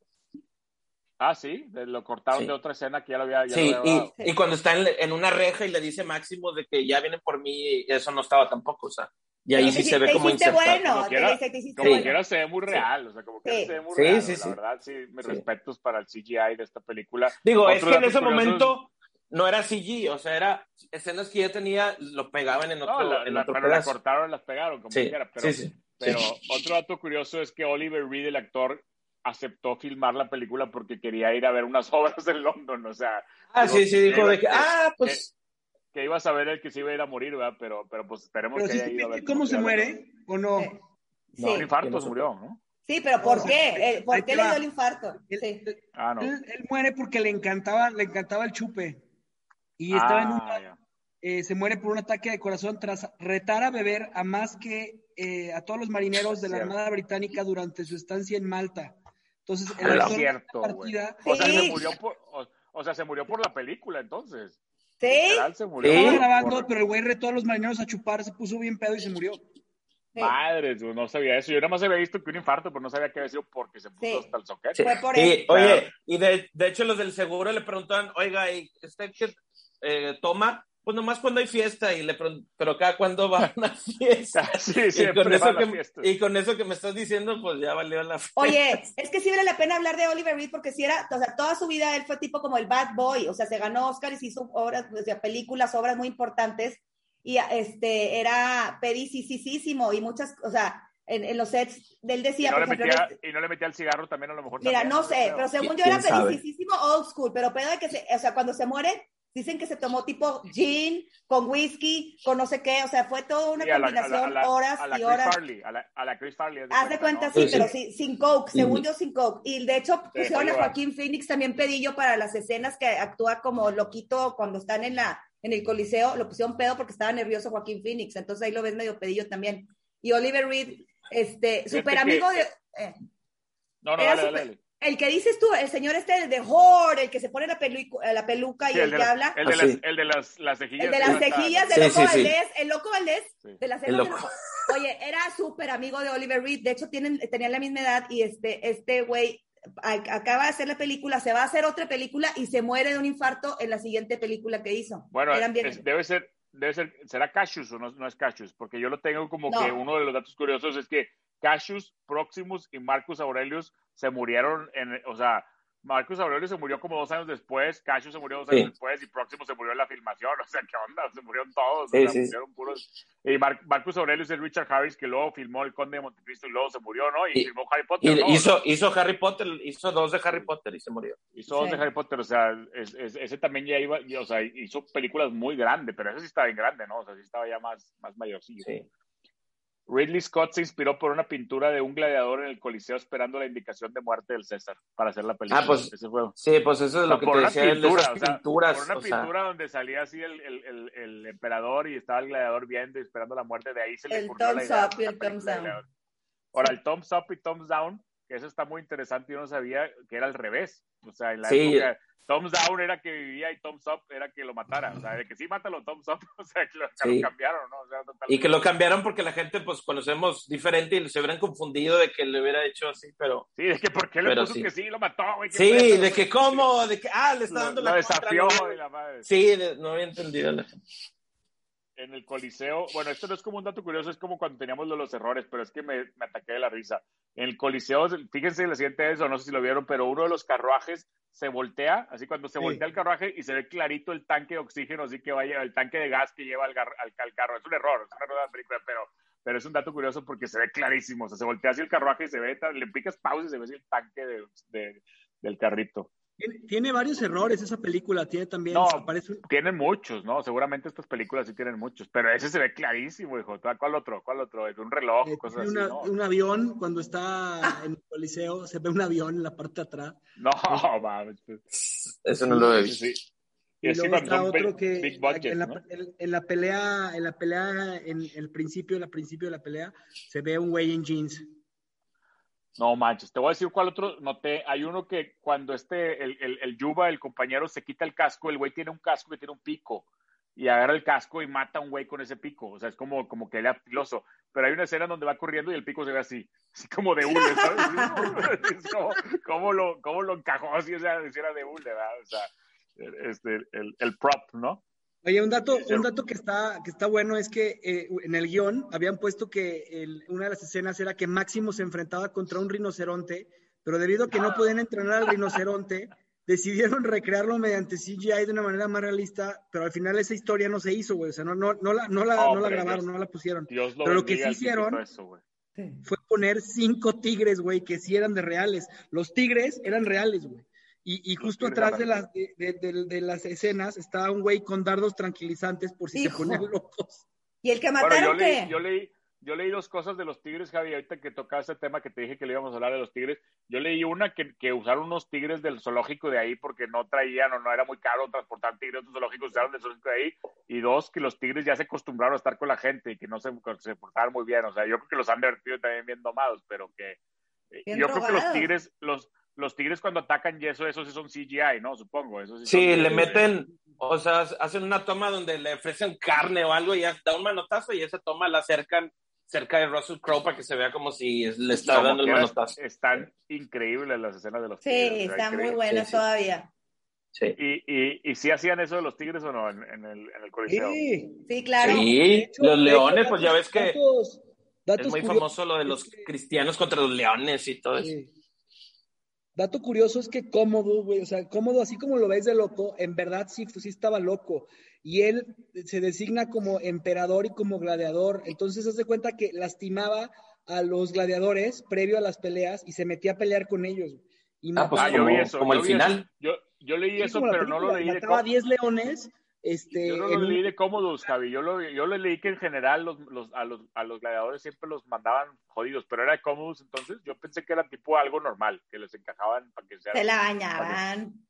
ah, sí, de- lo cortaron Sí. de otra escena que ya lo había, ya lo sí, había y, dado. Sí. y cuando está en, en una reja y le dice Máximo de que ya vienen por mí, eso no estaba tampoco, o sea, y ahí Pero sí te se ve hici- te como hiciste insertado. bueno, Como te quiera, dice, te hiciste Como Sí. bueno. quiera se ve muy real, o sea, como quiera Sí. se ve muy Sí, real. sí, la sí. verdad, sí, mis Sí. respetos para el CGI de esta película. Digo, Otro es que en dato ese curioso- momento no era CG, o sea, era escenas que ya tenía, lo pegaban en No, otro, la- en la- otro pero la pedazo. cortaron, las pegaron, como Sí, quiera, pero sí, sí. Pero otro dato curioso es que Oliver Reed, el actor, aceptó filmar la película porque quería ir a ver unas obras en London, o sea. Ah, digo, sí, sí, dijo digo, de que, eh, ah, pues, que iba a saber el que se iba a ir a morir, ¿verdad? Pero, pero pues esperemos Pero que sí haya ido a ver supiste cómo se a ver- muere o no. Sí. No, un Sí. infarto se murió, ¿no? Sí, pero ¿por No, o sea, qué? Eh, ahí ¿Por te qué le va. dio el infarto? Él, Sí. él- Ah, no. él muere porque le encantaba, le encantaba el chupe. Y estaba en un Ah, bar, ya. eh, se muere por un ataque de corazón tras retar a beber a más que eh, a todos los marineros de la Cierto. Armada Británica durante su estancia en Malta. Entonces, el Ah, Era- actor de la cierto, güey. partida- O sea, se Sí. murió por, o, o sea, se murió por la película, entonces. ¿Sí? Literal, se murió. estaba por- grabando, por- pero el güey retó a los marineros a chupar, se puso bien pedo y se murió. Sí. Madres, güey, no sabía eso. Yo nada más había visto que un infarto, pero no sabía que había sido porque se puso Sí. hasta el soquete. Fue por Y, él. Oye, y de, de hecho los del seguro le preguntaban, oiga, ¿y usted qué eh, toma? Pues nomás cuando hay fiesta, y le pregun- pero cada cuando va a una fiesta. Sí, y, con siempre va a eso las que, fiestas. y con eso que me estás diciendo, pues ya valió la fiesta. Oye, es que sí vale la pena hablar de Oliver Reed porque si era, o sea, toda su vida él fue tipo como el bad boy, o sea, se ganó Oscar y se hizo obras, o sea, películas, obras muy importantes y a- este era pedicicísimo y muchas, o sea, en, en los sets de él Y decía, no, le por ejemplo, este, metía, y no le metía el cigarro también, a lo mejor. mira, también, no sé, creo. pero según yo ¿Quién era sabe? pedicísimo old school, pero pedo de que se, o sea, cuando se muere dicen que se tomó tipo gin con whisky, con no sé qué, o sea, fue toda una Sí, a la- a la- a la- combinación horas a la y Chris horas. Farley, a, la, a la Chris Farley. haz de Haz de cuenta, ¿no? sí, Sí, sí. pero Pues sí, Eh, sin Coke, según yo sin Coke. Y de hecho dejó pusieron a llevar. Joaquín Phoenix también pedillo para las escenas que actúa como loquito cuando están en la en el coliseo, lo pusieron pedo porque estaba nervioso Joaquín Phoenix, entonces ahí lo ves medio pedillo también. Y Oliver Reed, este, super amigo de eh, No, no, era dale, dale, súper- dale. el que dices tú, el señor este de Horde, el que se pone la, pelu- la peluca Sí, y el, de que las- habla, El de, Ah, las, sí. el de las, las cejillas. el de que las no está- cejillas de Sí, Loco sí, sí. Valdés, el Loco Valdés, Sí. de las El cejas de Loco. Loco. Oye, era súper amigo de Oliver Reed, de hecho tienen, tenían la misma edad y este, este güey a- acaba de hacer la película, se va a hacer otra película y se muere de un infarto en la siguiente película que hizo. Bueno, Eran bien- es- debe ser, debe ser, será Cassius o no, no es Cassius, porque yo lo tengo como No. que uno de los datos curiosos es que Cassius, Proximus y Marcus Aurelius se murieron en, o sea, Marcus Aurelius se murió como dos años después, Cassius se murió dos Sí. años después y Proximus se murió en la filmación, o sea, ¿qué onda? Se murieron todos, Sí, o sea, sí. murieron puros. Y Mar- Marcus Aurelius es Richard Harris que luego filmó El Conde de Montecristo y luego se murió, ¿no? Y, Y- filmó Harry Potter, ¿no? Y hizo, hizo Harry Potter, hizo dos de Harry Potter y se murió. Hizo dos Sí. de Harry Potter, o sea, es- es- ese también ya iba, y, o sea, hizo películas muy grandes, pero ese sí estaba bien grande, ¿no? O sea, sí estaba ya más, más mayorcillo. Sí. Ridley Scott se inspiró por una pintura de un gladiador en el Coliseo esperando la indicación de muerte del César para hacer la película. Ah, pues, Ese fue- Sí, pues eso es o sea, lo que te decía él de esas o sea, pinturas. por una o sea, pintura donde salía así el, el- el- el emperador y estaba el gladiador viendo y esperando la muerte, de ahí se le El ocurrió la thumbs idea de up y el hacer película thumbs de down. gladiador. Ahora, el thumbs up y thumbs down, que eso está muy interesante, yo no sabía que era al revés. O sea, en la Sí. época, thumbs down era que vivía y thumbs up era que lo matara. O sea, de que sí, mátalo, thumbs up. O sea, que lo, que lo Sí. cambiaron, ¿no? O sea, totalmente. Y que lo cambiaron porque la gente, pues, conocemos diferente y se hubieran confundido de que le hubiera hecho así, pero. Sí, de que ¿por qué le Pero puso sí. que sí? Lo mató, güey. qué Sí, pedo, de ¿no? que cómo, de que, ah, le está Lo, dando lo la desafió contra, de ¿no? la madre. Sí, de- no había entendido la gente. en el Coliseo, bueno, esto no es como un dato curioso, es como cuando teníamos lo de los errores, pero es que me, me ataqué de la risa. En el Coliseo, fíjense la siguiente vez, o no sé si lo vieron, pero uno de los carruajes se voltea, así cuando se Sí. voltea el carruaje y se ve clarito el tanque de oxígeno, así que vaya, el tanque de gas que lleva al, gar- al, al carro. Es un error, es una error de la película, pero, pero es un dato curioso porque se ve clarísimo, o sea, se voltea así el carruaje y se ve, tan- le picas pausa y se ve así el tanque de- de- del carrito. Tiene, tiene varios errores esa película, tiene también, No. aparece un- Tienen muchos, ¿no? Seguramente estas películas sí tienen muchos, pero ese se ve clarísimo, hijo. ¿Cuál otro? ¿Cuál otro? Un reloj, eh, cosas tiene así, ¿no? una- un avión cuando está en el coliseo, se ve un avión en la parte de atrás. No, mames. pues, Eso no lo he visto. Sí. Y, Y así luego van, está son otro big, que big budget, en, la, ¿no? en- en la pelea, en la pelea, en el principio, en la principio de la pelea, se ve un güey en jeans. No manches, te voy a decir cuál otro noté. Hay uno que cuando este, el, el, el Yuba, el compañero, se quita el casco, el güey tiene un casco que tiene un pico y agarra el casco y mata a un güey con ese pico. O sea, es como, como que era filoso. Pero hay una escena donde va corriendo y el pico se ve así, así como de hule, ¿sabes? Es como, ¿cómo, lo, ¿Cómo lo encajó así? O sea, si era de hule, ¿verdad? O sea, el- este, el, el prop, ¿no? Oye, un dato, Sí, sí. un dato que está, que está bueno es que eh, en el guión habían puesto que el- una de las escenas era que Máximo se enfrentaba contra un rinoceronte, pero debido a que no podían entrenar al rinoceronte, decidieron recrearlo mediante CGI de una manera más realista, pero al final esa historia no se hizo, güey. O sea, no, no, no la, no la, no la Hombre, grabaron, Dios. no la pusieron. Dios lo Pero lo que bendiga sí al que inventó hicieron- eso, güey. Fue poner cinco tigres, güey, que sí eran de reales. Los tigres eran reales, güey. Y, y justo atrás de las, de, de- de- de las escenas está un güey con dardos tranquilizantes por si Hijo. se ponen locos. ¿Y el que Bueno, yo mataron leí, qué? yo leí, yo leí dos cosas de los tigres, Javi, ahorita que tocaba ese tema que te dije que le íbamos a hablar de los tigres. Yo leí una que, que usaron unos tigres del zoológico de ahí porque no traían o no era muy caro transportar tigres del zoológico, usaron del zoológico de ahí. Y dos, que los tigres ya se acostumbraron a estar con la gente y que no se, se portaron muy bien. O sea, yo creo que los han divertido también bien domados, pero que... eh, Bien yo creo que los drogados. tigres, los, los tigres cuando atacan y eso, esos sí son CGI, ¿no? Supongo. Esos sí, son Sí, de- le de- meten, o sea, hacen una toma donde le ofrecen carne o algo y ya da un manotazo y esa toma la acercan cerca de Russell Crowe para que se vea como si es- le está como dando el quieras, manotazo. Están increíbles las escenas de los Sí, tigres. o sea, están muy increíble. buenas sí. todavía. Sí. ¿Y, y, y si hacían eso de los tigres o no en, en el, en el coliseo? Sí. Sí, claro. Sí, los leones, pues ya ves que Datos, datos es muy curiosos. famoso lo de los es que- cristianos contra los leones y todo eso. Sí. Dato curioso es que cómodo, güey, o sea, cómodo, así como lo ves de loco, en verdad sí, pues, sí estaba loco. Y él se designa como emperador y como gladiador. Entonces hace cuenta que lastimaba a los gladiadores previo a las peleas y se metía a pelear con ellos. güey. Y Ah, pues Ah, mataba- yo vi como- eso. como yo el vi eso. final. Yo, yo leí sí, eso, como la pero no lo película, leí de mataba a cómo. 10 leones. Este, Yo no en lo un- leí de cómodos, Javi. Yo lo, yo lo leí que en general los, los, a, los, a los gladiadores siempre los mandaban jodidos, pero era de cómodos, entonces yo pensé que era tipo algo normal, que les encajaban para que, sean- Se la para que, bañaban.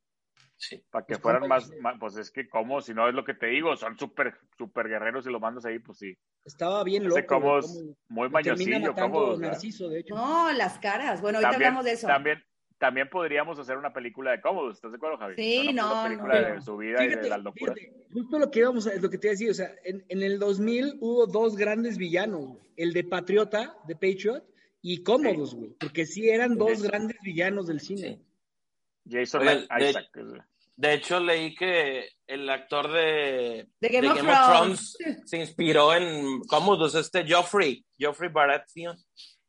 Sí. para que Pues, fueran ¿cómo más, dice? más- Pues es que cómodos, si no es lo que te digo, son súper super guerreros y los mandas ahí, pues sí. estaba bien Ese loco. güey, cómodos, cómo- muy lo termina mañosillo, matando cómodos. ¿verdad? Narciso, de hecho. No, las caras. Bueno, ahorita hablamos de eso. También, también podríamos hacer una película de cómodos, ¿estás de acuerdo, Javi? Sí, Una puta no, película no, de no. su vida y de las locuras. fíjate, justo lo que íbamos a, lo que te iba a decir, o sea, en, en el 2000 hubo dos grandes villanos, güey. el de Patriota, de Patriot, y Cómodos, güey, porque sí eran dos Sí. grandes villanos del cine. Jason Oigan, de- Isaac. De hecho, leí que el actor de, De Game of Thrones. se inspiró en cómodos, este Joffrey, Joffrey Baratheon,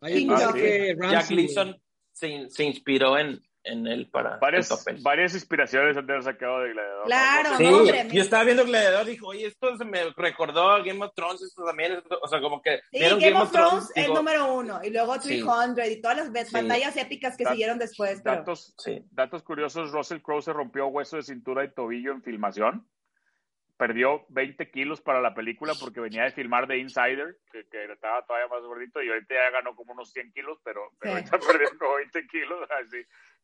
Hay Ah, sí. que Jack Ramsey, Gleason se, in- se inspiró en, en él para el Varias, papel. varias inspiraciones han de haber sacado de Gladiador. Claro, ¿no? Sí, Ah, no, hombre, me- yo estaba viendo Gladiador y dijo, oye, esto se me recordó a Game of Thrones, esto también, esto- o sea, como que Sí, vieron Game, of Thrones, el digo, número uno. Y luego Sí. 300 y todas las Sí. batallas épicas que Dat- siguieron después. Pero... Datos, sí, datos curiosos, Russell Crowe se rompió hueso de cintura y tobillo en filmación. Perdió 20 kilos para la película porque venía de filmar The Insider, que, que estaba todavía más gordito, y ahorita ya ganó como unos 100 kilos, pero, pero Sí. ahorita perdió como 20 kilos. Así.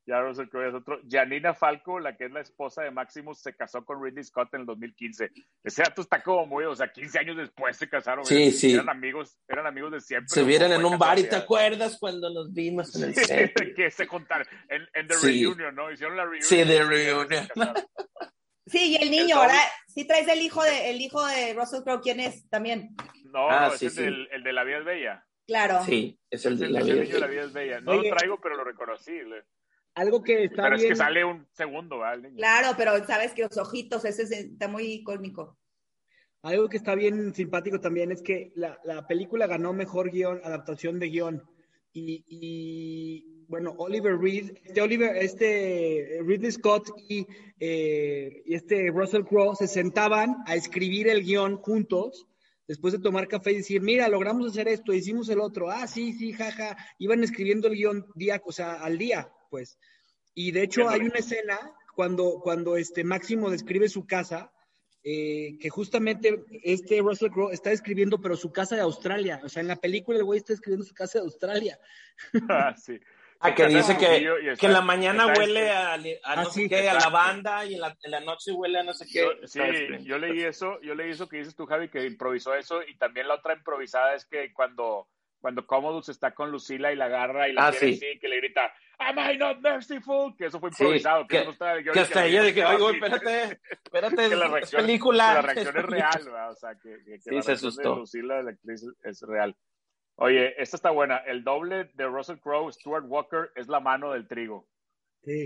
Ya Russell Crowe es otro. Janina Falco, la que es la esposa de Maximus, se casó con Ridley Scott en el 2015. Ese dato está como muy, o sea, 15 años después se casaron. Sí, eran, sí. eran amigos, eran amigos de siempre. se o vieron fue en un bar y te casualidad? acuerdas cuando nos vimos en el Sí, set. que se juntaron en, en The Sí. Reunion, ¿no? Hicieron la reunion. Sí, The y se Reunion. casaron. Sí, y el niño, doble. ¿verdad? Sí traes el hijo de, el hijo de Russell Crowe, ¿quién es? También, No, Ah, no, sí, ese sí. es el, el de La Vida es Bella. claro. Sí, es el Es de el, la es el niño de La vida. Vida es Bella. No Oye. lo traigo, pero lo reconocí. le- algo que está Pero es bien, que sale un segundo, ¿verdad? El niño. Claro, pero sabes que los ojitos, ese es- está muy icónico. algo que está bien simpático también es que la, la película ganó mejor guión, adaptación de guión. Y, y, bueno, Oliver Reed, este Oliver, este eh, Ridley Scott y, eh, y este Russell Crowe se sentaban a escribir el guión juntos después de tomar café y decir, mira, logramos hacer esto, hicimos el otro, ah, sí, sí, jaja, iban escribiendo el guión día, o sea, al día, pues. Y de hecho hay Viéndole. una escena cuando, cuando este Máximo describe su casa, eh, que justamente este Russell Crowe está describiendo, pero su casa de Australia, o sea, en la película el güey está escribiendo su casa de Australia. Ah, sí. Ah, Se que casa dice en que, Trujillo y está- que en la mañana está- este huele a, li- a Ah, no sí, sé qué, a la exacto. banda, y en la, en la noche huele a no sé qué. Yo- Está sí, escrito. yo leí eso, yo leí eso que dices tú, Javi, que improvisó eso, y también la otra improvisada es que cuando, cuando Commodus está con Lucila y la agarra y la Ah, tiene sí. así, que le grita, Am I not merciful? Que eso fue Sí, improvisado, que, que- eso no estaba en el guión Que y hasta la- ella dije, oye, güey, así, espérate, espérate, que la es, es reacción, película. que la reacción es real, ¿verdad? o sea, que, que- que Sí, la reacción se de asustó. Lucila, la actriz, es real. Oye, esta está buena. El doble de Russell Crowe, Stuart Walker, es la mano del trigo.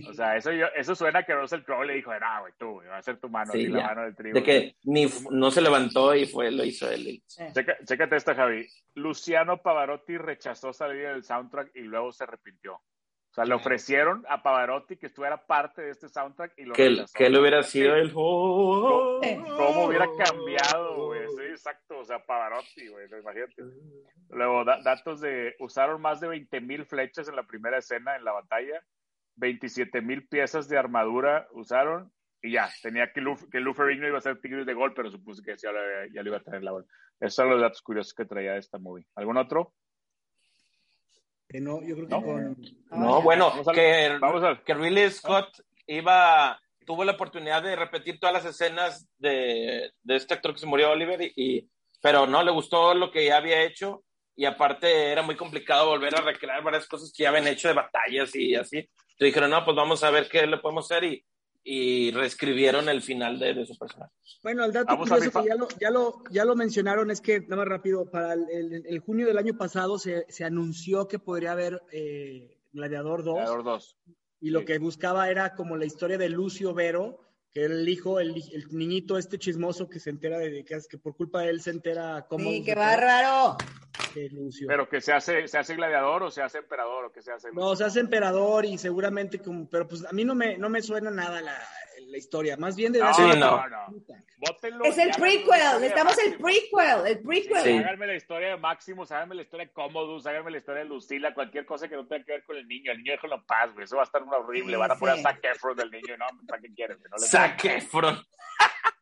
O sea, eso, yo- eso suena que Russell Crowe le dijo, ah, güey, tú, güey, va a ser tu mano, Sí, así, la ya. mano del trigo. De que ni f- no se levantó y fue, lo hizo él. Eh. Checa- chécate esta, Javi. Luciano Pavarotti rechazó salir del soundtrack y luego se arrepintió. O sea, le ofrecieron a Pavarotti que estuviera parte de este soundtrack y lo Que, él- rechazó. que él hubiera sido el. ¿Cómo, cómo hubiera cambiado, güey? Sí, Sí. exacto. O sea, Pavarotti, güey, no, imagínate. Luego, da- datos de... Usaron más de 20.000 flechas en la primera escena, en la batalla. 27 mil piezas de armadura usaron y ya, tenía que, Luf, que Luferino iba a ser Tigres de gol, pero supuse que ya, ya lo iba a tener la bola. Esos son los datos curiosos que traía esta movie. ¿Algún otro? Que no, yo creo que No. con... No, bueno, Vamos al- que, vamos al- que Ridley Scott iba, tuvo la oportunidad de repetir todas las escenas de, de este actor que se murió, Oliver, y, y- pero no, le gustó lo que ya había hecho y aparte era muy complicado volver a recrear varias cosas que ya habían hecho de batallas y así. Entonces dijeron, no, pues vamos a ver qué le podemos hacer y, y reescribieron el final de, de su personaje. Bueno, el dato Vamos a curioso rifar. que ya lo, ya, lo, ya lo mencionaron es que, nada más rápido, para el, el- el junio del año pasado se, se anunció que podría haber eh, Gladiador 2 Gladiador 2. y lo sí. que buscaba era como la historia de Lucio Vero, que era el hijo, el, el niñito este chismoso que se entera de que, que por culpa de él se entera cómo... Sí, qué bárbaro. de Lucio. Pero que se hace, se hace gladiador o se hace emperador o que se hace. No, se hace emperador y seguramente como... Pero pues a mí no me, no me suena nada la, la historia, más bien de... No, Sí, no, no, no. no. Bótenlo Es y el háganme una historia prequel, de necesitamos el Maximus. prequel, el Sí, prequel. Háganme la historia de Maximus, háganme la historia de Commodus, háganme la historia de Lucila, cualquier cosa que no tenga que ver con el niño. El niño déjalo en paz, güey. Eso va a estar horrible. Sí, Van a poner sí. a Zac Efron del niño. No, ¿para qué quieres? güey? No le- Zac Efron.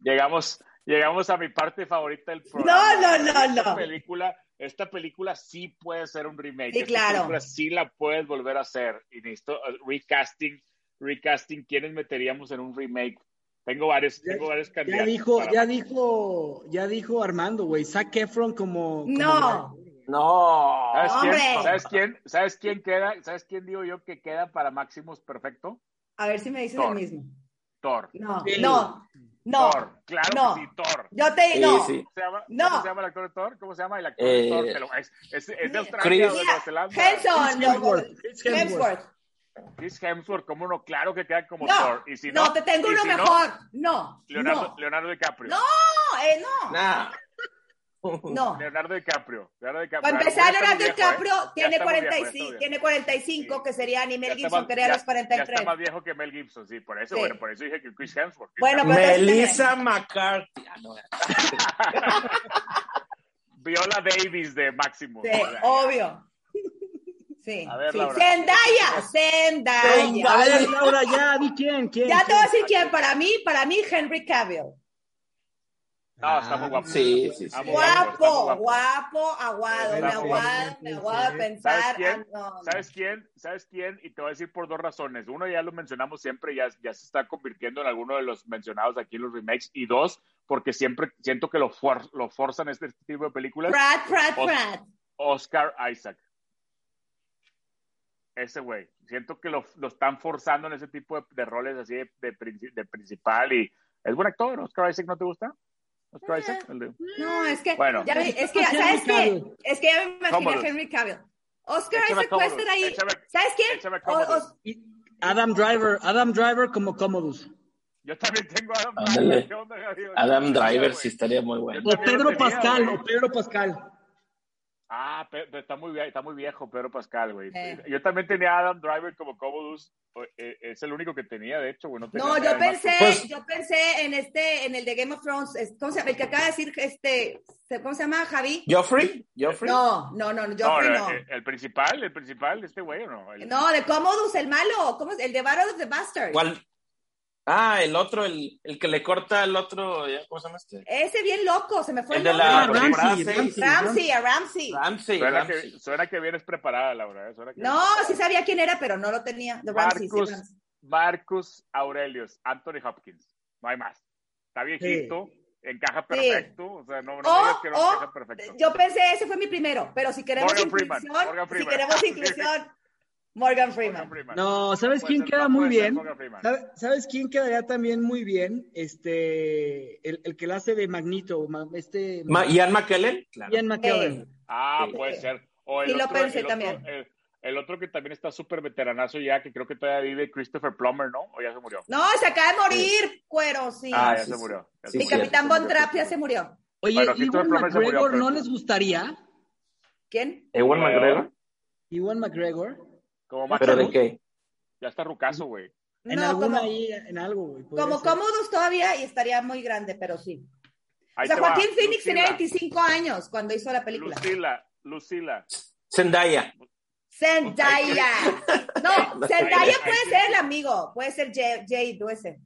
Llegamos, llegamos a mi parte favorita del programa. No, no, no, Esta no. Película, esta película sí puede ser un remake. Sí, Esta claro. película sí la puedes volver a hacer. Y necesito eh, recasting, recasting. ¿Quiénes meteríamos en un remake? Tengo varios, Ya- tengo varios Ya candidatos. dijo, para- ya dijo, ya dijo Armando, güey, Zac Efron como... como- No. No. ¿Sabes quién? ¡Hombre! ¿Sabes quién? ¿Sabes quién queda? ¿Sabes quién digo yo que queda para Maximus perfecto? A ver si me dices Thor. el mismo. Thor. No, Sí. no, no. Thor. Claro no. que sí, Thor. Yo te Sí, no. sí. ¿Cómo se llama, No. ¿Cómo se llama el actor de Thor? ¿Cómo se llama el actor Eh, de Thor? Te lo- es, es- es de Australia Chris- o de Nueva Zelanda. Henson, Chris Hemsworth, Chris Hemsworth. Hemsworth. Chris Hemsworth, ¿cómo no? Claro que queda como No, Thor. Y si no, no, te tengo y uno si no, mejor. No, Leonardo, no, Leonardo DiCaprio. No. eh, no, Nah. no. Leonardo DiCaprio. Leonardo DiCaprio. Para Ya empezar, está muy Leonardo viejo, ¿eh? DiCaprio Ya tiene, está muy viejo, ya 45, está muy viejo. tiene 45, Sí. que sería ni Ya Mel está Gibson, más- que era ya- los Ya está 43. más viejo que Mel Gibson, sí. Por eso, Sí. bueno, por eso dije que Chris Hemsworth. Chris Bueno, pues, Hemsworth. pero entonces- Melissa McCarthy. Ah, no. Viola Davis de Máximo. Sí, O sea, obvio. Sí. A ver, sí. Laura. Zendaya, Zendaya. A ver, Laura, ya, di quién, quién. Ya te quién. voy a decir quién, para mí, para mí Henry Cavill. No, está muy guapo. Ah, Sí, sí, sí. Está muy está muy Guapo, guapo, aguado, me Está guapo. aguado, me aguado a ¿Sabes pensar. quién? ah, no, no. ¿Sabes quién? ¿Sabes quién? Y te voy a decir por dos razones. Uno, ya lo mencionamos siempre, ya, ya se está convirtiendo en alguno de los mencionados aquí en los remakes. Y dos, porque siempre siento que lo, for- lo forzan este tipo de películas. Pratt, Pratt, Os- Pratt. Oscar Isaac. Ese güey. Siento que lo, lo están forzando en ese tipo de, de roles así de, de princi- de principal. Y es buen actor. Oscar Isaac, ¿no te gusta? Oscar Eh. Isaac. el de- Mm. No, es que, Bueno. ya vi- es que, Henry ¿sabes qué? Cavill. Es que ya me imaginé Cómodos. a Henry Cavill. Oscar Échame Isaac puede cómodos, estar ahí. échame- ¿Sabes quién? échame O- o- cómodos. Y Adam Driver, Adam Driver como Commodus. Yo también tengo a Adam Ándale. Driver. ¿Qué onda, Javi? Adam Yo también, Driver güey. sí estaría muy bueno. O También lo tenía, Pedro Pascal, güey. o Pedro Pascal. Ah, pe- pero está muy, vie- está muy viejo Pedro Pascal, güey. Eh. Yo también tenía a Adam Driver como Commodus. O- eh, Es el único que tenía, de hecho, güey. No, tenía no, nadie yo más. pensé, Pues- yo pensé en este, en el de Game of Thrones, es- ¿cómo se llama? El que acaba de decir, este, se- ¿cómo se llama, Javi? Joffrey, Joffrey. No, no, no, no, yo No, creo no, no. eh, el principal, el principal, este güey, ¿o no? El- No, de Commodus, el malo, ¿cómo es? El de Battle of the Bastards. ¿Cuál? Ah, el otro, el, el que le corta al otro, ¿ya? ¿cómo se llama este? Ese bien loco, se me fue El el de nombre. la Ah, Ramsey, temporada Ramsey. seis. Ramsey, a Ramsey. Ramsey, Suena, Ramsey. Que, suena que vienes preparada, Laura. eh, Suena que No, sí sabía quién era, pero no lo tenía. De Ramsey, sí, Marcus, Ramsey. Marcus Aurelius, Anthony Hopkins. No hay más. Está viejito, encaja perfecto. O sea, no, no me digas que no O- encaja perfecto. o, yo pensé, ese fue mi primero, pero si queremos Morgan Freeman, inclusión, Morgan si Freeman. queremos inclusión, Morgan Freeman. Morgan Freeman. No, ¿sabes Puede quién ser- queda no muy puede ser bien? Morgan Freeman. ¿Sabe- ¿Sabes quién quedaría también muy bien? Este, el, el que la hace de Magneto, ma- este, Ma- Ian McKellen. Claro. Ian McKellen. Eh, Ah, Sí. puede ser. O el Sí, lo otro, pensé el otro- también. El, el otro que también está súper veteranazo ya, que creo que todavía vive, Christopher Plummer, ¿no? O ya se murió. No, se acaba de morir, cuero, sí. Ah, ya sí, se sí. murió. Ya Sí, Mi se murió. capitán Von Trapp ya se murió. Oye, Bueno, Christopher Iwan Plummer se murió, McGregor, pero- ¿no les gustaría? ¿Quién? Eh, Ewan McGregor. Iwan McGregor. Como Max ¿Pero de Ruth, qué? Ya está rucazo, güey. En No, alguna como, ahí, en algo, güey. podría como ser. cómodos todavía y estaría muy grande, pero sí. Ahí o sea, te va, Joaquín Phoenix tenía Lucila, 25 años cuando hizo la película. Lucila, Lucila. Zendaya. Zendaya. No, Zendaya puede ser el amigo, puede ser Jay, Jay Duese.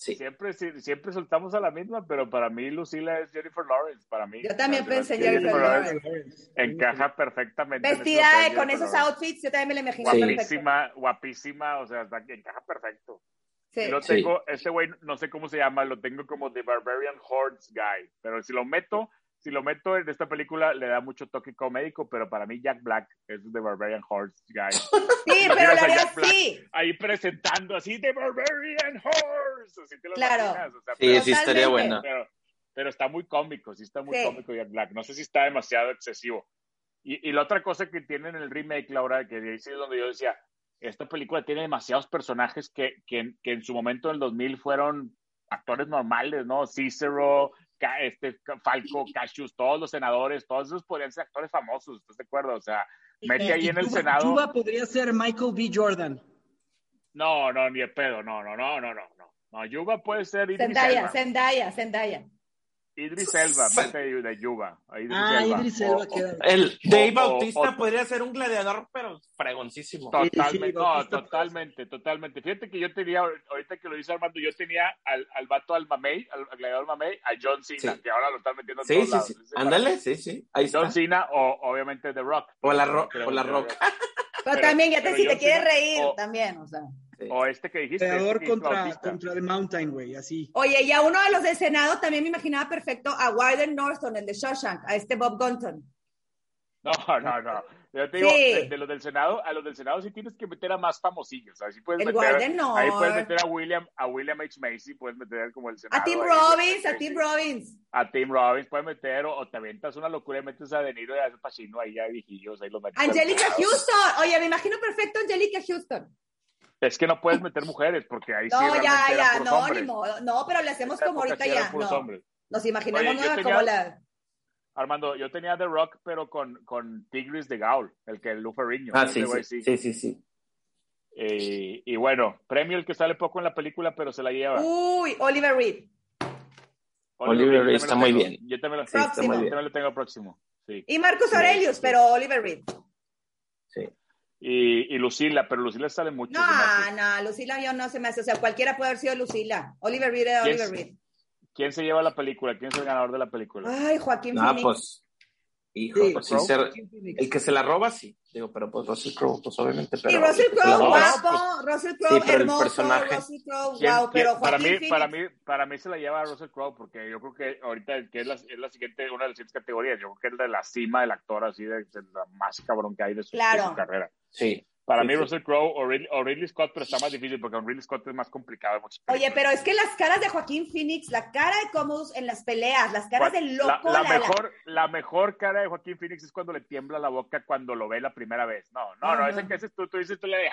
Sí. Siempre, si- siempre soltamos a la misma, pero para mí Lucila es Jennifer Lawrence. Para mí. Yo también Para- pensé Jennifer Jennifer Lawrence Lawrence. Encaja perfectamente. en este Vestida papel, de- con Jennifer esos Lawrence. outfits, yo también me la imaginé Sí. perfecto. Guapísima, guapísima, o sea, está- encaja perfecto. Sí. Y lo Sí. tengo, este güey, no sé cómo se llama, lo tengo como The Barbarian Hordes Guy, pero si lo meto, si lo meto en esta película le da mucho toque comédico, pero para mí Jack Black es The Barbarian Hordes Guy. Sí, Lo pero miras lo a haría Jack Black. así. Ahí presentando así The Barbarian Hordes, así te lo Claro. imaginas, o sea, Sí, pero, sí, estaría Totalmente. buena. pero- pero está muy cómico, sí está muy Sí. cómico Jack Black, no sé si está demasiado excesivo. Y, y la otra cosa que tiene en el remake, Laura, que ahí sí es donde yo decía, esta película tiene demasiados personajes que, que, en- que en su momento, en el 2000, fueron actores normales, ¿no? Cicero, Ca- este, Ca- Falco, Cassius, todos los senadores, todos esos podrían ser actores famosos, ¿estás de acuerdo? O sea, mete ahí en el Cuba- Senado. Cuba podría ser Michael B. Jordan. No, no, ni de pedo, no, no, no, no, no, no. No, Yuba puede ser Idris Zendaya, Elba. Zendaya, Zendaya. Idris Elba, mete ahí de Yuba. a Idris Ah, Elba. Oh, Idris O- Elba o- queda. El Dave O- Bautista o- podría ser un gladiador, pero fregoncísimo. Sí, sí, Totalmente, no, Bautista totalmente, totalmente. Fíjate que yo tenía, ahorita que lo dice Armando, yo tenía al, al vato al Mamey, al al gladiador Mamey, a John Cena, Sí. que ahora lo están metiendo en Sí, todos sí, lados. sí. Ese para mí. Ándale, sí, sí. Ahí John está. Cena o obviamente The Rock. O la, Pero ro- creo o la que- roca. Pero, Pero- también, ya te, pero si yo te quieres opino- reír, o- también, o sea. Sí. O este que dijiste, este Creador que dijiste contra, Bautista. contra The Mountain, güey, así. Oye, y a uno de los del Senado también me imaginaba perfecto a Warden Norton, el de Shawshank, a este Bob Gunton. No, no, no. Yo te digo, Sí. de, de los del Senado, a los del Senado sí tienes que meter a más famosillos. Así puedes El meter, Warden no. ahí puedes meter a William, a William H. Macy, puedes meter como el Senado. A Tim ahí, Robbins, a Macy. Tim Robbins. A Tim Robbins puedes meter, o, o te avientas una locura y metes a De Niro y a Pacino ahí ya de viejillos, ahí los metes. Angelica al- Houston. Oye, me imagino perfecto a Angelica Houston. Es que no puedes meter mujeres, porque ahí sí No, realmente ya, eran ya, puros no, hombres. ni modo. No, pero le hacemos Esa como época ahorita sí eran ya. puros No. hombres. Nos imaginamos Oye, yo nueva tenía- como la. Armando, yo tenía The Rock, pero con, con Tigris de Gaul, el que el Luferriño. Ah, Ese sí, güey sí. Sí, sí, sí. Eh, y bueno, premio el que sale poco en la película, pero se la lleva. Uy, Oliver Reed. Oliver Reed yo también está lo muy tengo. bien. Yo también lo, Sí, está Próximo. muy yo bien. también lo tengo próximo. Sí. Y Marcus Sí, Aurelius, sí. pero Oliver Reed. Sí. Y, y Lucila, pero Lucila sale mucho. No, se me hace. Ah, no, Lucila yo no se me hace. O sea, cualquiera puede haber sido Lucila. Oliver Reed era ¿Quién Oliver es? Reed. ¿Quién se lleva la película? ¿Quién es el ganador de la película? Ay, Joaquín No, Phoenix. pues. Hijo, Sí. pues sí, ser- Joaquin Phoenix. el que se la roba, sí. Digo, pero pues Russell Crowe, pues obviamente. Pero Y el Russell que se la Crowe, roba, guapo, Russell Crowe, Sí, pero el hermoso, personaje. Russell Crowe, ¿Quién- wow, quién- pero Joaquín para, mí, Phoenix. para, mí, para mí se la lleva Russell Crowe, porque yo creo que ahorita que es, la, es la siguiente, una de las siguientes categorías. Yo creo que es de la cima del actor, así de, de la más cabrón que hay de su, de su Claro. carrera. Sí. Para Sí, mí, sí. Russell Crowe o Rid- o Ridley, Scott, pero está más difícil porque con Ridley Scott es más complicado. en muchas Oye, películas. pero es que las caras de Joaquín Phoenix, la cara de Commodus en las peleas, las caras Cuan- del loco, La, la la- la- mejor, la mejor cara de Joaquín Phoenix es cuando le tiembla la boca cuando lo ve la primera vez. No, no, no, Ajá. esa que haces tú, tú dices, tú le dices,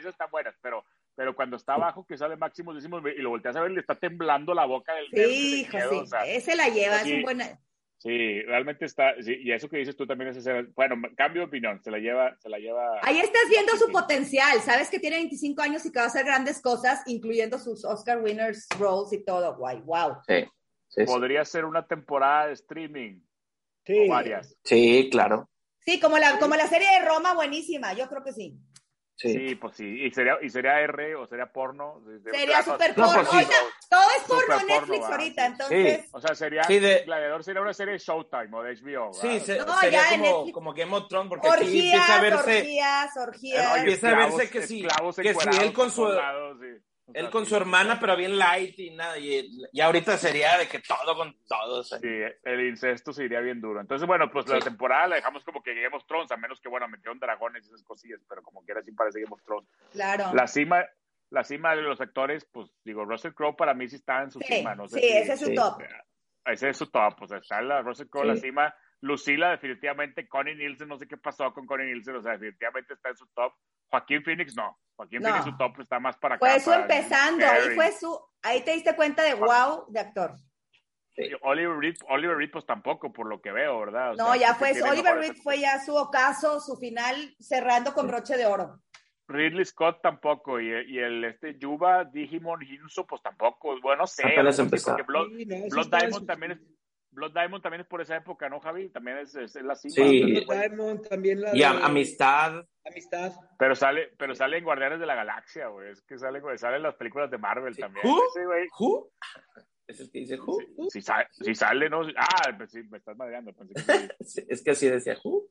esas están buenas, pero, pero cuando está abajo, que sale Máximo, decimos, y lo volteas a ver, le está temblando la boca del del- Sí, del hijo, miedo, sí. o sea, Ese la lleva, sí. es un buen. sí, realmente está, sí, y eso que dices tú también es ese- bueno, cambio de opinión, se la lleva, se la lleva. Ahí estás viendo Sí, su sí. potencial, sabes que tiene 25 años y que va a hacer grandes cosas, incluyendo sus Oscar winners roles y todo. Guay, wow. Sí. Sí, sí. Podría ser una temporada de streaming Sí. o varias. Sí, claro. Sí, como la, como la serie de Roma, buenísima, yo creo que sí. Sí. Sí, pues sí, y sería, y sería R o sería porno. Sería super porno. pues sí. Ahorita, todo es porno Superporno, Netflix ¿verdad? ahorita, Sí. entonces. O sea, sería Sí, de- Gladiador sería una serie de Showtime o de HBO. Sí, ¿verdad? se- No, sería ya en como, Netflix. como Game of Thrones, porque aquí empieza a Orgías, verse. orgías, Pero, orgías. oye, empieza a verse que sí, que sí, encuerados él con por su- todos lados, sí. O sea, Él con sí, su hermana, pero bien light y nada. Y, y ahorita sería de que todo con eh. todo. o sea. Sí, el incesto se iría bien duro. Entonces, bueno, pues la Sí. temporada la dejamos como que Game of Thrones, a menos que, bueno, metieron dragones y esas cosillas, pero como quiera, sí parece Game of Thrones. Claro. La cima, la cima de los actores, pues digo, Russell Crowe para mí sí está en su Sí, cima, no sé sí, si- ese es su sí. top. Ese es su top, o sea, está la Russell Crowe en la Sí. cima. Lucila, definitivamente, Connie Nielsen, no sé qué pasó con Connie Nielsen, o sea, definitivamente está en su top. Joaquín Phoenix, no. Joaquín No. Phoenix, su top está más para acá. Fue su para empezando, Perry. ahí fue su, ahí te diste cuenta de wow de actor. Y Oliver Reed, Oliver Reed, pues tampoco, por lo que veo, ¿verdad? O No, sea, ya creo que fue, tiene Oliver mejores- Reed fue ya su ocaso, su final cerrando con broche de oro. Ridley Scott tampoco, y, y el este Yuba, Digimon, Hinso, pues tampoco. Bueno, no sé. Apenas algo así, empezaba. porque Blood, Sí, no, sí Blood estaba en Diamond su- también es- Blood Diamond también es por esa época, ¿no, Javi? También es, es la cima. Sí. ¿no? Blood Diamond, también la Y am- de- amistad. Amistad. Pero sale, pero sale en Guardianes de la Galaxia, güey. Es que sale, güey, salen las películas de Marvel también. ¿Who? Ese güey, ¿Who? Es el que dice Who. si, sa- si sale, ¿no? Ah, pues sí, me estás madreando. pensé que sí. Sí, Es que así decía Who.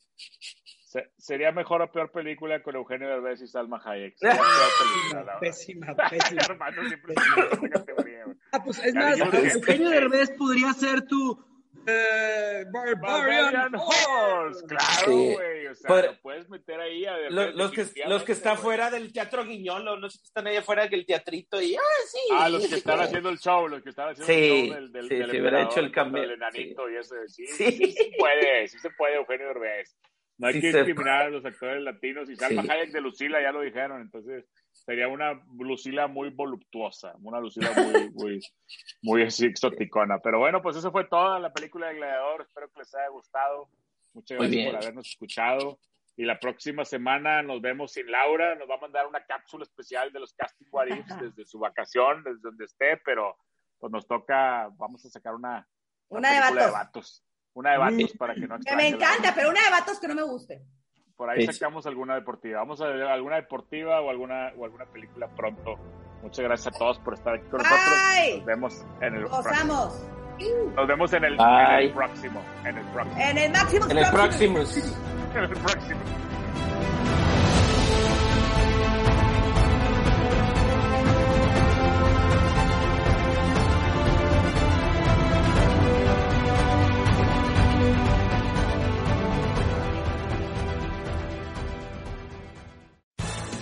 Se- sería mejor o peor película con Eugenio Derbez y Salma Hayek. Sería peor película, la verdad. Pésima, pésima. Hermano, siempre es una categoría, güey. Ah, pues es Ya más, dijimos que- Eugenio Derbez podría ser tu eh, Barbarian Barbarian Horse, claro, Sí. güey. O sea, Pero- lo puedes meter ahí a Lo- Los, que, los que están definitivamente, güey. fuera del teatro Guiñolo, los que están ahí afuera del teatrito y. ¡Ah, sí! Ah, los que están haciendo el show, los que están haciendo el Sí, show del, del, sí, del sí, hubiera emperador hecho el contra cambio, El enanito y eso, sí, sí. Sí. se puede, sí se puede, Eugenio Derbez. No hay Sí que se discriminar a los actores latinos. Y Salma Sí. Hayek de Lucila ya lo dijeron, entonces sería una Lucila muy voluptuosa, una Lucila muy, muy, muy así exoticona. Pero bueno, pues eso fue toda la película de Gladiador. Espero que les haya gustado. Muchas Muy gracias bien. por habernos escuchado. Y la próxima semana nos vemos sin Laura. Nos va a mandar una cápsula especial de los Casting What Ifs desde su vacación, desde donde esté, pero pues nos toca, vamos a sacar una, Una de película vatos. Una de vatos Mm. para que no Que me extrañe la- encanta, pero una de vatos que no me guste. Por ahí Sí. sacamos alguna deportiva. Vamos a ver alguna deportiva o alguna, o alguna película pronto. Muchas gracias a todos por estar aquí con nosotros. Bye. Nos vemos en el próximo. Gozamos. Nos vemos en el, en Bye. el próximo. En el próximo. En el máximo. En el próximo. En el próximo.